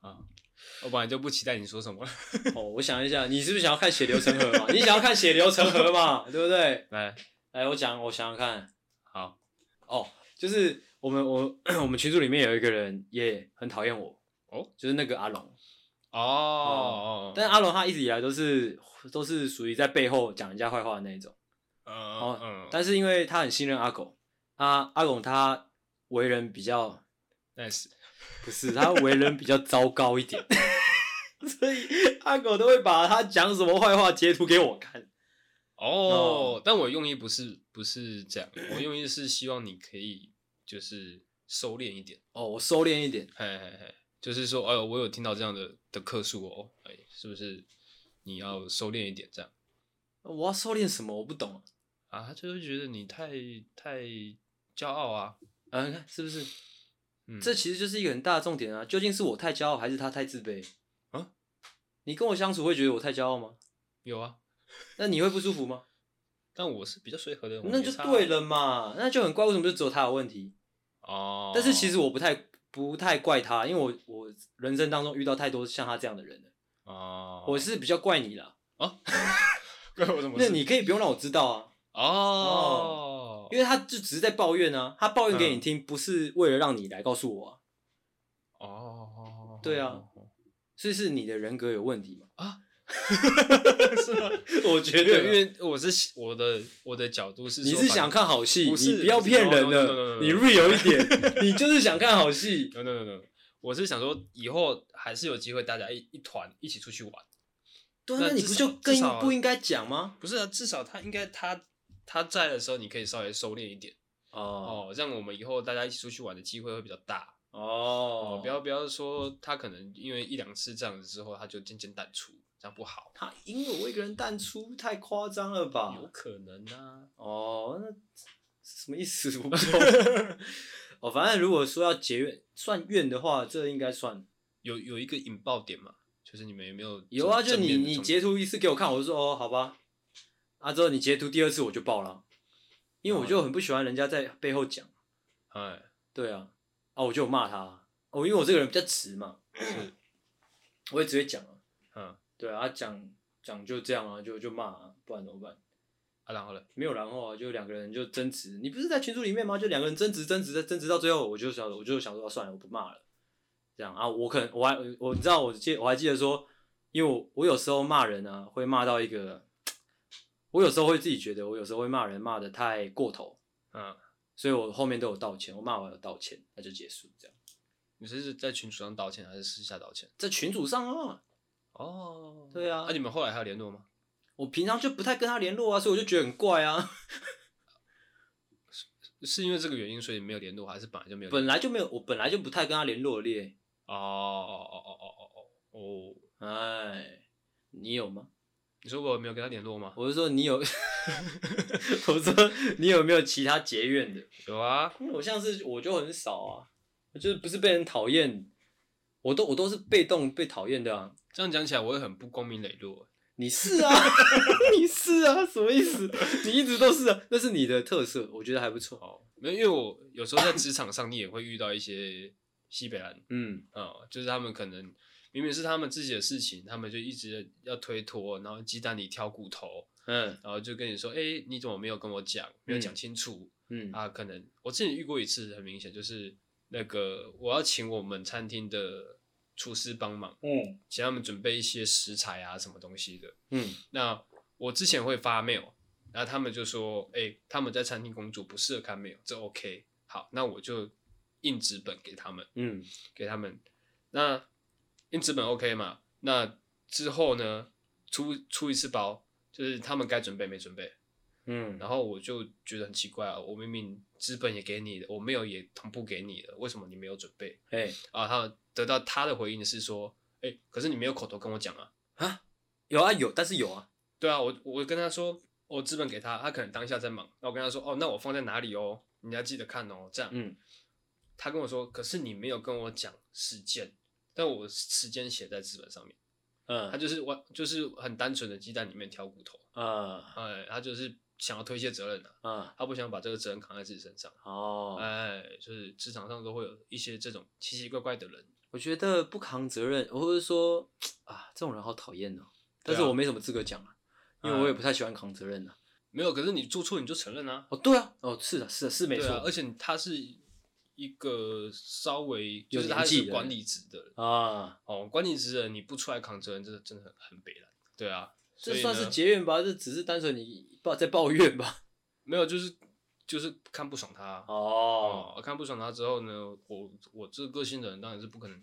啊，我本来就不期待你说什么了。哦，我想一下，你是不是想要看血流成河嘛？你想要看血流成河嘛？对不对？来，来，我讲，我想想看，好，哦，就是我们我我们 群组里面有一个人也很讨厌我，哦，就是那个阿龙，哦哦，但是阿龙他一直以来都是都是属于在背后讲人家坏话的那一种，呃哦嗯，但是因为他很信任阿狗，啊阿龙他为人比较 nice，不是他为人比较糟糕一点， 所以阿狗都会把他讲什么坏话截图给我看。哦，但我用意不是不是这样，我用意是希望你可以就是收敛一点。哦，我收敛一点，嘿嘿嘿，就是说，哎呦，我有听到这样的的客诉哦，哎，是不是你要收敛一点这样我要收敛什么？我不懂啊，啊？他就会觉得你太太骄傲啊。啊你看是不是？嗯，这其实就是一个很大的重点啊！究竟是我太骄傲，还是他太自卑？啊？你跟我相处会觉得我太骄傲吗？有啊，那你会不舒服吗？但我是比较随和的，我那没就差对了嘛，那就很怪，为什么就只有他有问题？哦。但是其实我不太不太怪他，因为我我人生当中遇到太多像他这样的人了，哦，我是比较怪你啦。怪我怎么那事？你可以不用让我知道啊。哦因为他就只是在抱怨啊，他抱怨给你听，不是为了让你来告诉我啊，哦，对啊，所以是你的人格有问题嘛？是吗？我觉因为因得为我是我的我的角度是说，你是想看好戏，不是你不要骗人不是不是了，不你是 real 一点，你就是想看好戏。 ，no no no no，我是想说以后还是有机会大家一一团一起出去玩。对啊，那那你至不少就更至少不应该讲吗？不是啊，至少他应该他他在的时候，你可以稍微收敛一点哦哦，让我们以后大家一起出去玩的机会会比较大哦哦，不要不要说他可能因为一两次这样子之后，他就渐渐淡出，这样不好，他因为我一个人淡出，太夸张了吧？有可能啊。哦，那什么意思？我不懂。哦，反正如果说要结怨，算怨的话，这应该算有有一个引爆点嘛，就是你们有没有有啊。就正你面的你重截点图一次给我看，我就说哦，好吧。啊，之后你截图第二次我就爆了，因为哦我就很不喜欢人家在背后讲。哎，对啊，啊，我就有骂他、哦，因为我这个人比较直嘛，是我也直接讲啊。嗯啊，对啊，讲讲就这样啊，就就骂、啊，不然怎么办？然后呢？没有然后啊，就两个人就争执。你不是在群组里面吗？就两个人争执，争执，再争执到最后，我就想，我就想说，啊算了，我不骂了。这样啊，我可能我还我你知道，我记我还记得说，因为我我有时候骂人啊，会骂到一个，我有时候会自己觉得，我有时候会骂人骂的太过头，嗯，所以我后面都有道歉，我骂完有道歉，那就结束这样。你是在群组上道歉还是私下道歉？在群组上啊，哦，对啊那你们后来还有联络吗？我平常就不太跟他联络啊，所以我就觉得很怪啊。 是因为这个原因所以没有联络，还是本来就没有联本络？来就没有，我本来就不太跟他联络咧。哦哦哦哦哦哦哦哦，哎，你有吗？你说我没有跟他联络吗？我是说你有， 我说你有没有其他结怨的？有啊，因为我像是我就很少啊，我就是不是被人讨厌，我都我都是被动被讨厌的啊。这样讲起来我会很不光明磊落。你是啊， 你是啊，什么意思？你一直都是啊，那是你的特色，我觉得还不错。哦，没有，因为我有时候在职场上，你也会遇到一些西北人，嗯，嗯，就是他们可能明明是他们自己的事情，他们就一直要推脱，然后鸡蛋里挑骨头，嗯然后就跟你说，哎、你怎么没有跟我讲，没有讲清楚、嗯啊？可能我之前遇过一次，很明显就是那个我要请我们餐厅的厨师帮忙，嗯请他们准备一些食材啊，什么东西的。嗯那我之前会发 mail，然后他们就说，哎、他们在餐厅工作不适合看 mail，这 OK，好，那我就印纸本给他们，嗯给他们。那印纸本 OK 嘛？那之后呢，出出一次包，就是他们该准备没准备，嗯然后我就觉得很奇怪啊，我明明纸本也给你了，我 mail 也同步给你了，为什么你没有准备？哎啊，他得到他的回应是说，哎、可是你没有口头跟我讲啊。啊，有啊有，但是有啊，对啊，我我跟他说，我资本给他，他可能当下在忙，那我跟他说，哦，那我放在哪里哦，你要记得看哦，这样。嗯他跟我说，可是你没有跟我讲时间，但我时间写在资本上面，他嗯就是我就是很单纯的鸡蛋里面挑骨头，啊哎，他就是想要推卸责任啊，啊他不想把这个责任扛在自己身上，哦，哎，就是职场上都会有一些这种奇奇怪怪的人，我觉得不扛责任，或者说啊，这种人好讨厌哦。但是对啊嗯我没什么资格讲啊，因为我也不太喜欢扛责任啊。没有，可是你做错你就承认啊，哦，对啊，哦，是的，是的，是没对错。啊，而且他是一个稍微就有是年他纪是的管人理职的人。啊，哦，管理职人你不出来扛责任，真的真的很很悲了。对啊，这所以算呢是结怨吧？这只是单纯你抱在抱怨吧？没有，就是就是看不爽他。啊哦，哦，看不爽他之后呢，我我这个个性的人当然是不可能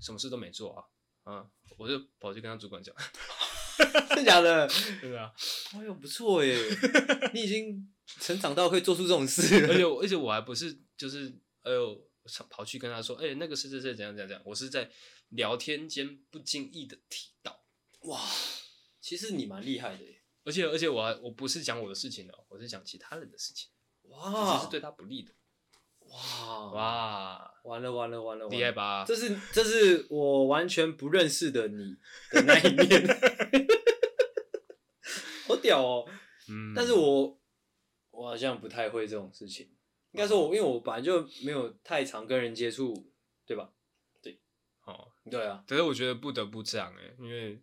什么事都没做啊。啊，我就跑去跟他主管讲， 真的假的？对啊，哎呦，不错耶！你已经成长到可以做出这种事而了。且我而且我还不是就是哎呦跑去跟他说，哎、那个谁谁谁怎样怎样怎样，我是在聊天间不经意的提到，哇，其实你蛮厉害的耶。而且而且我还我不是讲我的事情哦，我是讲其他人的事情，只哇哦是，对他不利的。哇，哇，完了完了完了，厉害吧？吧？这是这是我完全不认识的你的那一面， 好屌哦！嗯但是我我好像不太会这种事情，应该说我因为我本来就没有太常跟人接触，对吧？哦，对啊，可是我觉得不得不这样哎、因为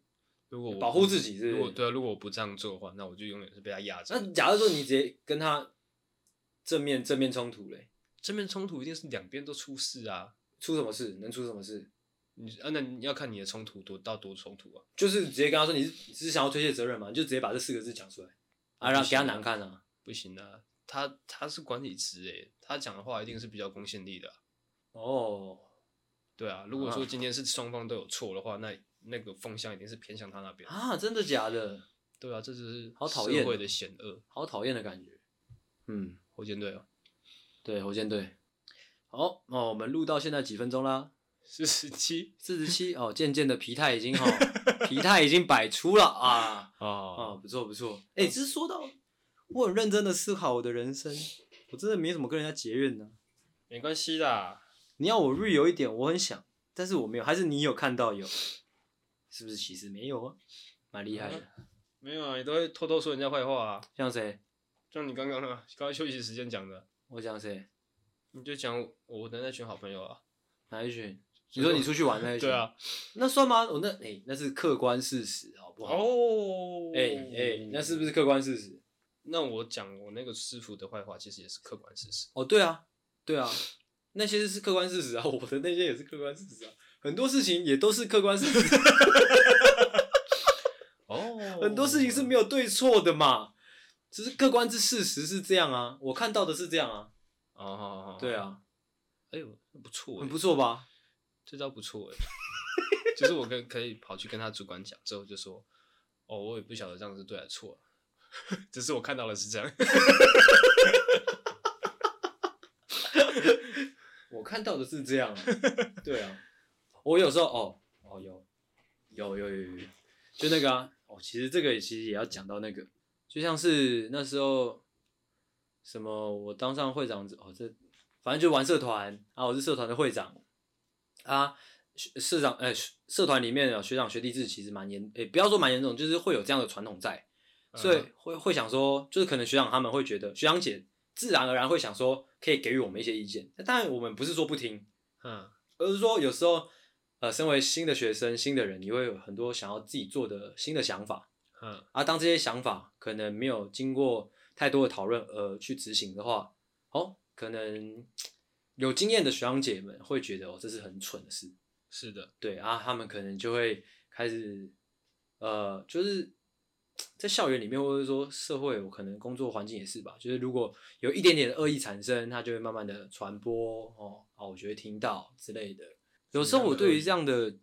如果我保护自己是如不果是。对啊，如果我不这样做的话，那我就永远是被他压着。那假如说你直接跟他正面正面冲突嘞，正面冲突一定是两边都出事啊。出什么事能出什么事？你啊，那你要看你的冲突多到多冲突啊。就是直接跟他说你是你是想要推卸责任嘛，你就直接把这四个字讲出来啊，让给他难看啊。不行啊，他他是管理职诶，他讲的话一定是比较公信力的啊、哦，对啊，如果说啊今天是双方都有错的话，那那个风向一定是偏向他那边。啊，真的假的？对啊，这就是好讨厌社会哦的险恶。好讨厌的感觉。嗯，火箭队哦，对，火箭队。好，哦，我们录到现在几分钟啦？四十七四十七哦，渐渐的疲态已经哈、哦，疲态已经摆出了 啊啊，哦，不错不错。哎、其实说到，我很认真的思考我的人生，我真的没怎么跟人家结怨呢、没关系啦。你要我 real 一点，我很想，但是我没有，还是你有看到有？是不是其实没有啊？蛮厉害的，没有啊，你都会偷偷说人家坏话啊，像谁？像你刚刚啊，刚刚休息时间讲的，我讲谁？你就讲我的那群好朋友啊。哪一群？你说你出去玩那一群？对，啊，那算吗？我那哎、那是客观事实，好不好？哦，哎哎，那是不是客观事实？那我讲我那个师傅的坏话，其实也是客观事实。哦，对啊，对啊，那些是客观事实啊， 我的那些也是客观事实啊，很多事情也都是客观事实，哦， 很多事情是没有对错的嘛，只是客观之事实是这样啊，我看到的是这样啊，哦哦，哦对，啊，哎呦，不错欸，很不错吧？这招不错哎， 就是我跟可以跑去跟他主管讲之后，就说，哦，我也不晓得这样是对还是错、啊，只是我看到了 是这样。我看到的是这样啊，对啊，我有时候哦哦有有有有有，就那个啊，哦，其实这个也其实也要讲到那个，就像是那时候什么我当上会长之哦，这反正就玩社团啊，我是社团的会长啊，学社长呃学社团里面的学长学弟制其实蛮严，诶、不要说蛮严重，就是会有这样的传统在，所以嗯会会想说，就是可能学长他们会觉得学长姐自然而然会想说可以给予我们一些意见，那当然我们不是说不听，嗯，而是说有时候呃，身为新的学生、新的人，你会有很多想要自己做的新的想法，嗯，而、当这些想法可能没有经过太多的讨论而去执行的话，哦，可能有经验的学长姐们会觉得哦，这是很蠢的事，是的，对啊，他们可能就会开始，呃，就是在校园里面，或者说社会，我可能工作环境也是吧。就是如果有一点点的恶意产生，它就会慢慢的传播哦，啊，我就会听到之类的。有啊时候我对于这样的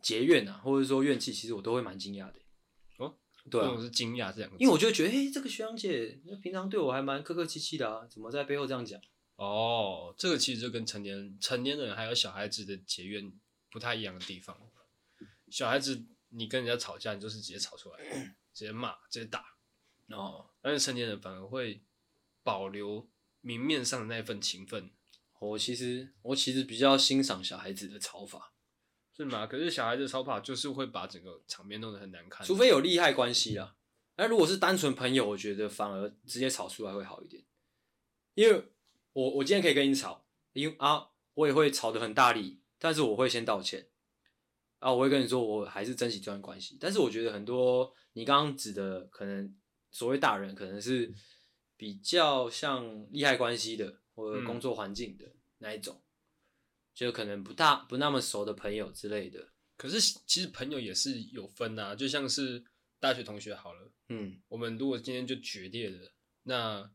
结怨啊，或者说怨气，其实我都会蛮惊讶的。哦，对我啊，是惊讶这两个字，因为我就会觉得，哎、这个学长姐平常对我还蛮客客气气的啊，怎么在背后这样讲？哦，这个其实就跟成年成年人还有小孩子的结怨不太一样的地方。小孩子你跟人家吵架，你就是直接吵出来，直接骂，直接打，哦，但是成年人反而会保留明面上的那份情分，我其实我其实比较欣赏小孩子的吵法。是吗？可是小孩子的超跑就是会把整个场面弄得很难看，除非有利害关系啦。那如果是单纯朋友，我觉得反而直接吵出来会好一点，因为我我今天可以跟你吵，因为啊我也会吵得很大力，但是我会先道歉，啊我会跟你说我还是珍惜这段关系，但是我觉得很多你刚刚指的可能所谓大人可能是比较像利害关系的或者嗯工作环境的那一种，就可能不大不那么熟的朋友之类的，可是其实朋友也是有分啊，就像是大学同学好了，嗯我们如果今天就决裂了，那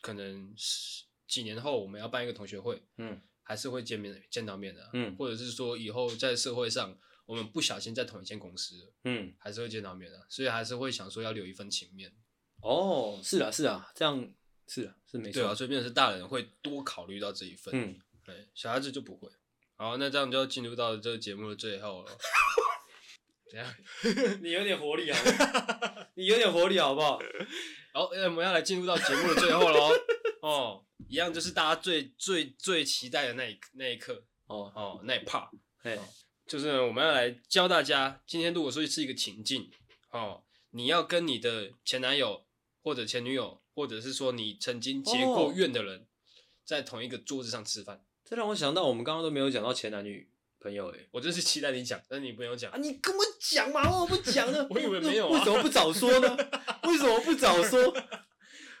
可能是几年后我们要办一个同学会，嗯还是会见面见到面的啊、嗯或者是说以后在社会上，我们不小心在同一间公司了，嗯。还是会见到面的啊、所以还是会想说要留一份情面。哦，是啊，是啊，这样是啊，是没错。对啊，所以变成是大人会多考虑到这一份，嗯，对，小孩子就不会。好，那这样就要进入到这个节目的最后了。怎样？ 你有点活力好不好？ 你有点活力好不 好？好、哎我们要来进入到节目的最后喽。哦，一样就是大家最最最期待的那一那一刻哦，哦，那一 part。哎，就是呢我们要来教大家，今天如果说是一个情境，哦，你要跟你的前男友或者前女友，或者是说你曾经结过哦怨的人，在同一个桌子上吃饭，这让我想到我们刚刚都没有讲到前男女朋友哎、我真是期待你讲，但是你不用讲？啊，，你跟我讲嘛，为什么不讲呢我以为没有啊 为什么不早说呢？为什么不早说？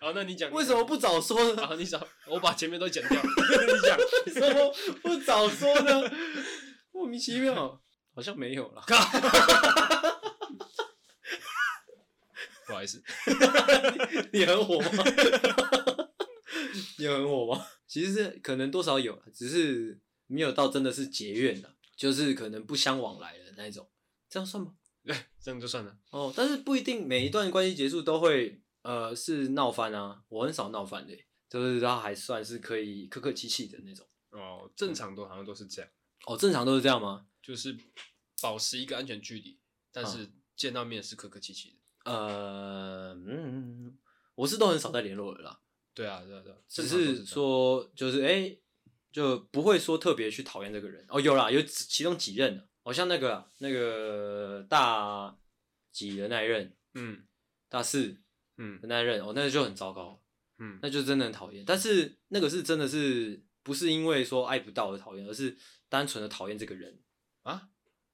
好，那你讲为什么？不早说呢？好，你讲，我把前面都剪掉， 你讲。为什么不早说呢？ 莫名其妙，好像没有啦。不好意思，你很火吗？ 你很火吗？其实是可能多少有啦，只是没有到真的是结怨的，就是可能不相往来的那一种，这样算吗？这样就算了。哦，但是不一定每一段关系结束都会呃是闹翻啊，我很少闹翻的欸，就是他还算是可以客客气气的那种。哦，正常都好像都是这样，哦，正常都是这样吗？就是保持一个安全距离，但是嗯见到面是客客气气的。呃，嗯，我是都很少在联络了啦，对啊，对啊，对啊。只正常都是这样，说就是哎、诶就不会说特别去讨厌这个人。哦，有啦，有几其中几任的，好、像那个啊那个大几的那一任，嗯大四的嗯那一任，哦，那就很糟糕。嗯，那就真的很讨厌。但是那个是真的是不是因为说爱不到而讨厌，而是单纯的讨厌这个人。啊，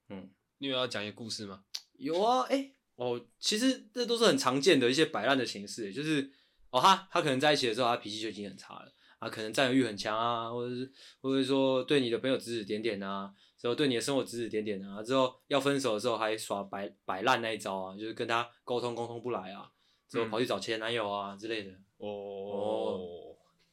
嗯，你有要讲一个故事吗？有啊，哎、哦，其实这都是很常见的一些摆烂的形式，就是哦他他可能在一起的时候，他脾气就已经很差了啊，可能占有欲很强啊，或者是或者说对你的朋友指指点点啊，之后对你的生活指指点点啊，之后要分手的时候还耍摆摆烂那一招啊，就是跟他沟通沟通不来啊，之后嗯跑去找前男友啊之类的。哦哦，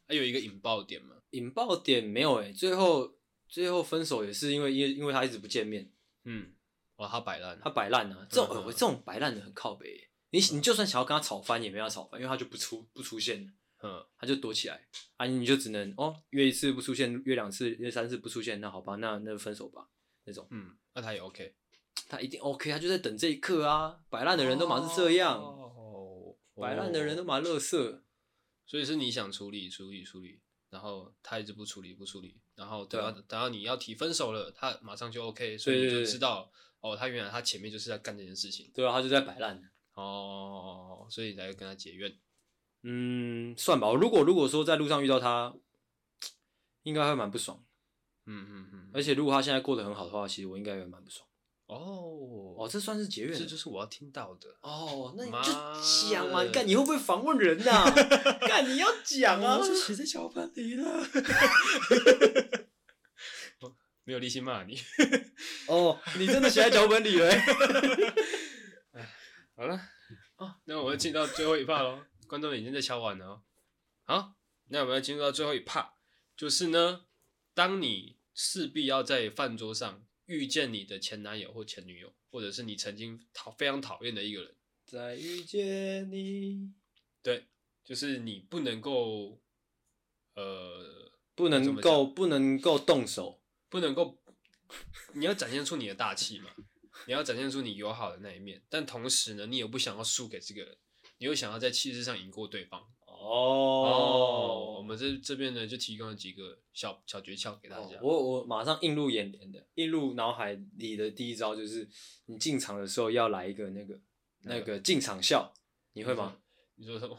还有一个引爆点嘛？引爆点没有诶、欸最后最后分手也是因为因为因为他一直不见面，嗯，哇，他摆烂，他摆烂啊，这种、嗯呃这种摆烂的很靠北欸、你你就算想要跟他吵翻也没法吵翻，因为他就不出不出现了，嗯他就躲起来啊，你就只能哦约一次不出现，约两次约三次不出现，那好吧，那那分手吧。那种嗯，那他也 OK。他一定 OK，他就在等这一刻啊！摆烂的人都嘛是这样，哦，摆烂的人都哦嘛乐色，所以是你想处理处理处理，然后他一直不处理不处理，然后对等到啊等到你要提分手了，他马上就 OK，所以对对你就对知道哦，他原来他前面就是在干这件事情对啊，他就在摆烂。哦，所以你才会跟他结怨。嗯，算吧。如果如果说在路上遇到他，应该会蛮不爽。嗯嗯嗯，而且如果他现在过得很好的话，其实我应该也蛮不爽。哦哦，这算是结怨了这就是我要听到的。哦，那你妈就讲嘛，的你看你会不会访问人呐、 看你要讲啊，写在脚本里 了。哦没有力气骂你。哦，你真的写在脚本里 了欸。好了，哦，那我们进到最后一趴喽，观众已经在敲碗了哦。好，那我们要进入到最后一趴，就是呢，当你势必要在饭桌上遇见你的前男友或前女友，或者是你曾经讨非常讨厌的一个人，再遇见你，对，就是你不能够，呃，不能够不能够动手。不能够，你要展现出你的大气嘛，你要展现出你友好的那一面，但同时呢，你也不想要输给这个人，你又想要在气势上赢过对方。哦，我哦，们这这边呢就提供了几个小小诀窍给大家。哦我我马上映入眼帘的，映入脑海里的第一招就是，你进场的时候要来一个那个那个嗯进场笑，你会吗？你说什么？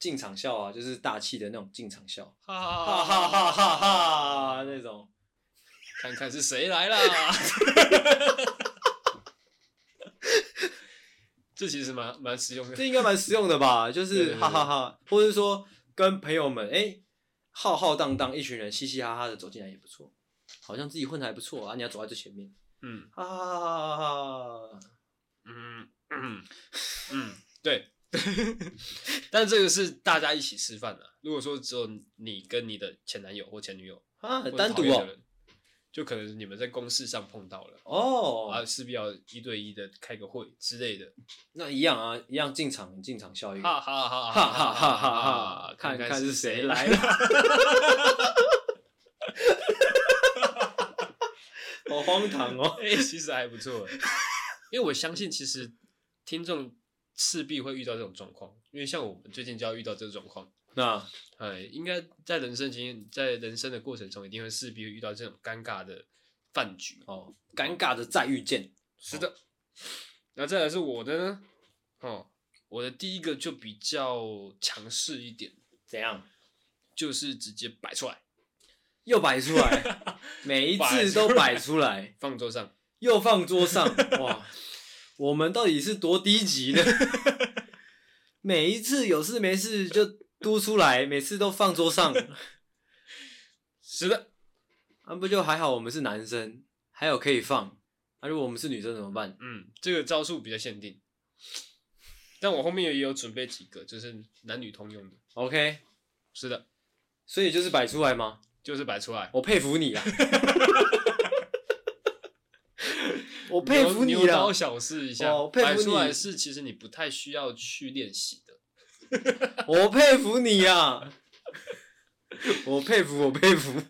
进场笑啊，就是大气的那种进场笑，哈哈哈哈哈哈那种。看看是谁来啦！ 这其实蛮蛮实用 的这。应该蛮实用的吧？就对对是对哈哈哈，或者说跟朋友们哎、诶浩浩荡荡一群人嘻嘻哈哈的走进来也不错，好像自己混的还不错啊。你要走在最前面，嗯哈哈哈哈哈哈。嗯嗯嗯，对。 但这个是大家一起吃饭的。啊如果说只有你跟你的前男友或前女友，啊，或者单独讨厌的哦，人，就可能你们在公事上碰到了。啊，哦，势必要一对一的开个会之类的，那一样啊，一样进场进场效应，哈哈哈嗯哈哈哈哈哈，看看看是是谁谁来来了了。。好荒唐 哦！哎，其实还不错，因为我相信其实听众势必会遇到这种状况，因为像我们最近就要遇到这种状况，那哎，应该在人生经验，在人生的过程中，一定会势必会遇到这种尴尬的饭局。哦，尴尬的再遇见，是的，那再来是我的呢，哦，我的第一个就比较强势一点，怎样？就是直接摆出来。又摆出 来，每一次都摆出来。放桌上，又放桌 上，哇！我们到底是多低级呢？每一次有事没事就嘟出来，每次都放桌上， 是的，啊不就还好我们是男生，还有可以放，啊如果我们是女生怎么办？嗯，这个招数比较限定，但我后面也有准备几个，就是男女通用的。 OK，是的，所以就是摆出来吗？就是摆出来。我佩服 你啊！我佩服你牛啊！刀小试一下，哦佩服摆出你来是其实你不太需要去练习的。我佩服你啊！我佩服，我佩服。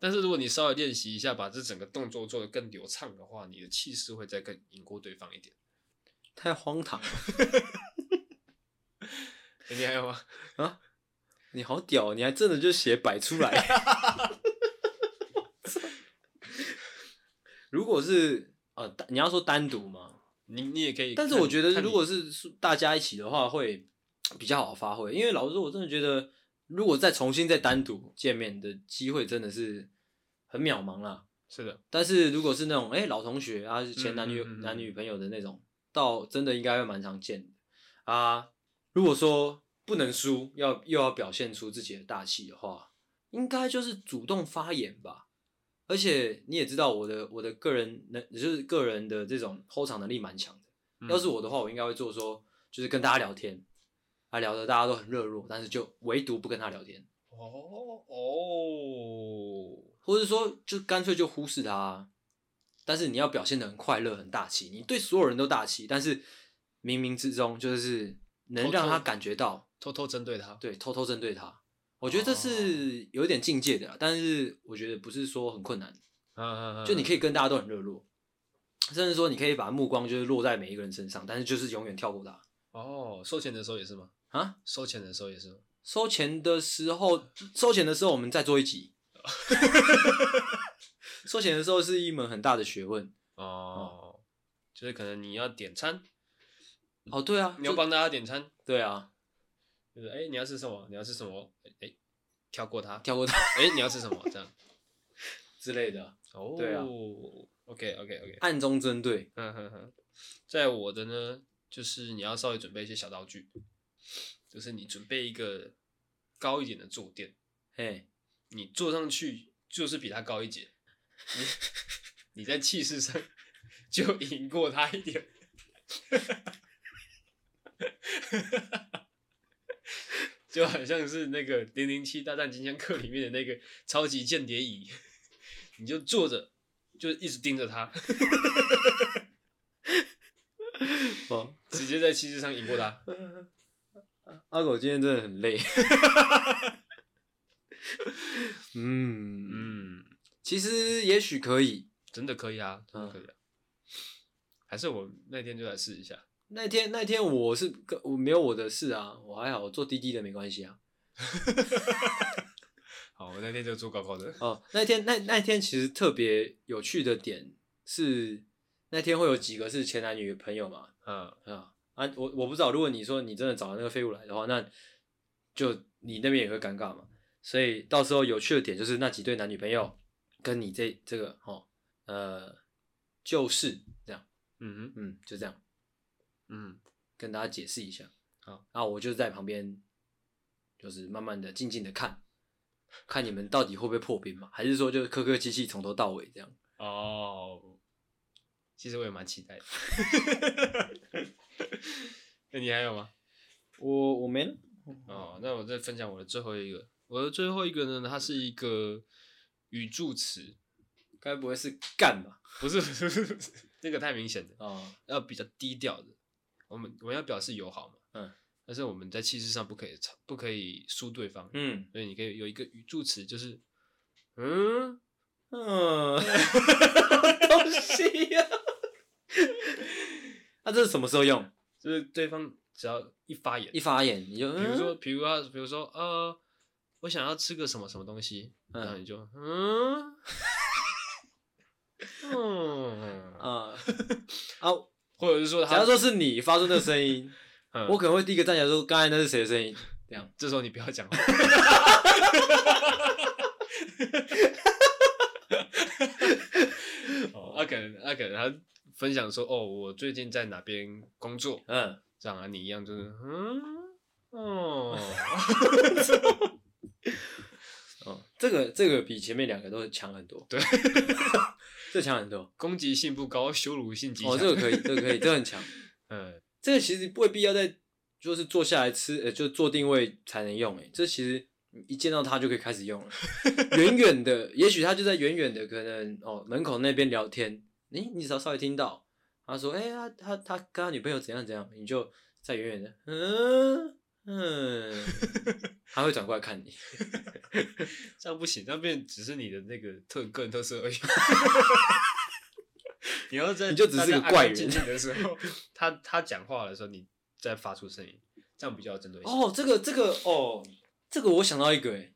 但是如果你稍微练习一下，把这整个动作做得更流畅的话，你的气势会再更赢过对方一点。太荒唐了！欸你还有吗？ 你好屌，你还真的就写摆出来。 如果是呃，单你要说单独嘛，你你也可以看，但是我觉得看你如果是是大家一起的话，会比较好发挥。因为老实说，我真的觉得，如果再重新再单独见面的机会，真的是很渺茫啊啦。是的，但是如果是那种哎、诶老同学啊，前男女、嗯嗯嗯男女朋友的那种，倒真的应该会蛮常见的啊。如果说不能输，要又要表现出自己的大气的话，应该就是主动发言吧。而且你也知道我的我的个人能就是个人的这种后场能力蛮强的。嗯要是我的话，我应该会做说就是跟大家聊天，啊聊的大家都很热络，但是就唯独不跟他聊天，哦哦，或者说就干脆就忽视他啊。但是你要表现的很快乐、很大气，你对所有人都大气，但是冥冥之中就是能让他感觉到，偷偷针对他，对，偷偷针对他。我觉得这是有点境界的啦，但是我觉得不是说很困难，啊啊啊就你可以跟大家都很热络，甚至说你可以把目光就是落在每一个人身上，但是就是永远跳过他哦，收钱的时候也是吗？啊。收钱的时候也是吗？收钱的时候，收钱的时候我们再做一集。 收钱的时候是一门很大的学问。哦，就是可能你要点餐，哦，对啊，你要就帮大家点餐，对啊，就是哎、你要吃什么？你要吃什么？哎、哎跳过他， 跳过它哎、你要吃什么？这样之类的，哦， 对啊 OK OK OK，暗中针对。嗯哼哼，在我的呢，就是你要稍微准备一些小道具，就是你准备一个高一点的坐垫，嘿，你坐上去就是比他高一截，你你在气势上就赢过他一点。就好像是那个《零零七大战金枪客》里面的那个超级间谍乙，你就坐着，就一直盯着他，哦，直接在气势上赢过他。 阿狗今天真的很累。 嗯，嗯，其实也许可以。真的可以啊，真的可以啊。还是我那天就来试一下。那天那天我是跟我没有我的事啊，我还好，我坐滴滴的没关系啊。好，我那天就坐高高的。哦，那天那那天其实特别有趣的点是，那天会有几个是前男女朋友嘛，嗯，啊啊，我我不知道，如果你说你真的找了那个废物来的话，那就你那边也会尴尬嘛。所以到时候有趣的点就是那几对男女朋友跟你这这个哦，呃，就是这样，嗯哼，嗯，就这样嗯，跟大家解释一下。好，啊，我就在旁边，就是慢慢的、静静的看，看你们到底会不会破冰嘛，还是说就是客客气气从头到尾这样。哦，其实我也蛮期待的。那你还有吗？我我没了。哦，那我再分享我的最后一个。我的最后一个呢，它是一个语助词，该不会是干吧？不是不是不是那个太明显的，啊，要比较低调的。我们我们要表示友好嘛，嗯，但是我们在气势上不可以超不可以输对方，嗯所以你可以有一个语助词，就是嗯，嗯， 东西啊呀、 那、这是什么时候用？就是对方只要一发言一，发言你就嗯比如说，比如他，比如说，呃，我想要吃个什么什么东西，然后嗯你就，嗯， 嗯， 啊啊，或者是说假他，如说是你发出那个声音，嗯我可能会第一个站起来说：“刚才那是谁的声音这时候你不要讲 话，哦，他可能，他可能他分享说，哦，我最近在哪边工作，？”嗯，这样啊，你一样就是，嗯，哦。哦，这个这个比前面两个都强很多，对， 这强很多。攻击性不高，羞辱性极强。哦，这个可以，这个可以，这个很强。嗯，这个其实未必要在就是坐下来吃，呃，就坐定位才能用。哎，这其实你一见到他就可以开始用了。远远的，也许他就在远远的，可能哦门口那边聊天，你你只要稍微听到他说，哎、他他他跟他女朋友怎样怎样，你就在远远的，嗯嗯，他会转过来看你。这样不行，这样变只是你的那个特个人特色而已。 你要在你就只是个怪人啊大家安安静静的时候，他他讲话的时候，你再发出声音，这样比较有针对性。哦，这个这个哦，这个我想到一个诶，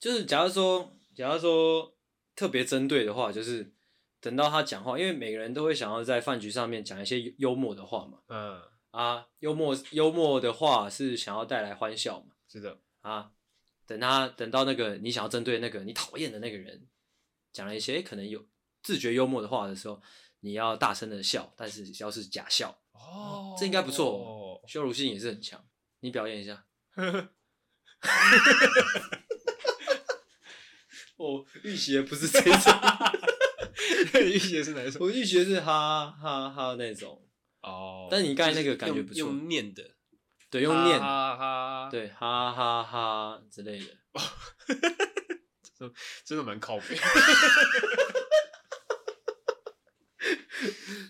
就是假如说，假如说特别针对的话，就是等到他讲话，因为每个人都会想要在饭局上面讲一些幽幽默的话嘛，嗯，啊，幽默幽默的话是想要带来欢笑嘛，是的，啊，等他等到那个你想要针对那个你讨厌的那个人讲了一些诶可能有自觉幽默的话的时候，你要大声的笑，但是要是假笑，哦这应该不错哦。羞辱性也是很强，你表演一下。 我预习的不是这种， 玉玺哦 是哪一首？我预习的是哈哈哈那种，哦，但你刚才那个感觉用不错用念的，对，用念，哈哈，哈，对，哈哈哈之类的。真的蛮 靠背。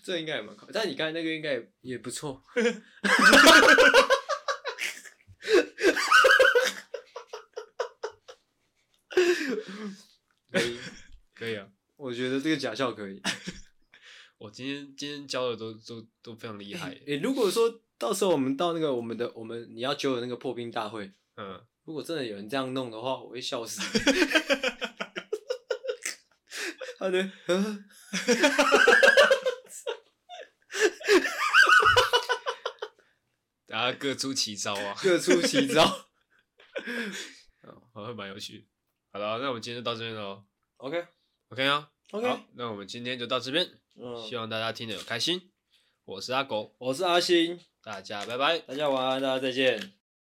这应该也蛮靠，但你刚才那个应该也也不错。可以，可以啊， 我觉得这个假笑可以。我今天今天教的都都都非常 厉害耶。诶、如果说到时候我们到那个我们的我们你要揪的那个破冰大会，嗯，如果真的有人这样弄的话，我会笑 死。他 的，嗯大家各出奇招啊，哦各出奇招。好像蛮有趣的。好了，那我们今天就到这边喽。 OK OK 啊 OK，好，那我们今天就到这边，希嗯，望大家听得有开心。我是阿狗，我是阿星，大家拜拜。大家晚安，大家再见。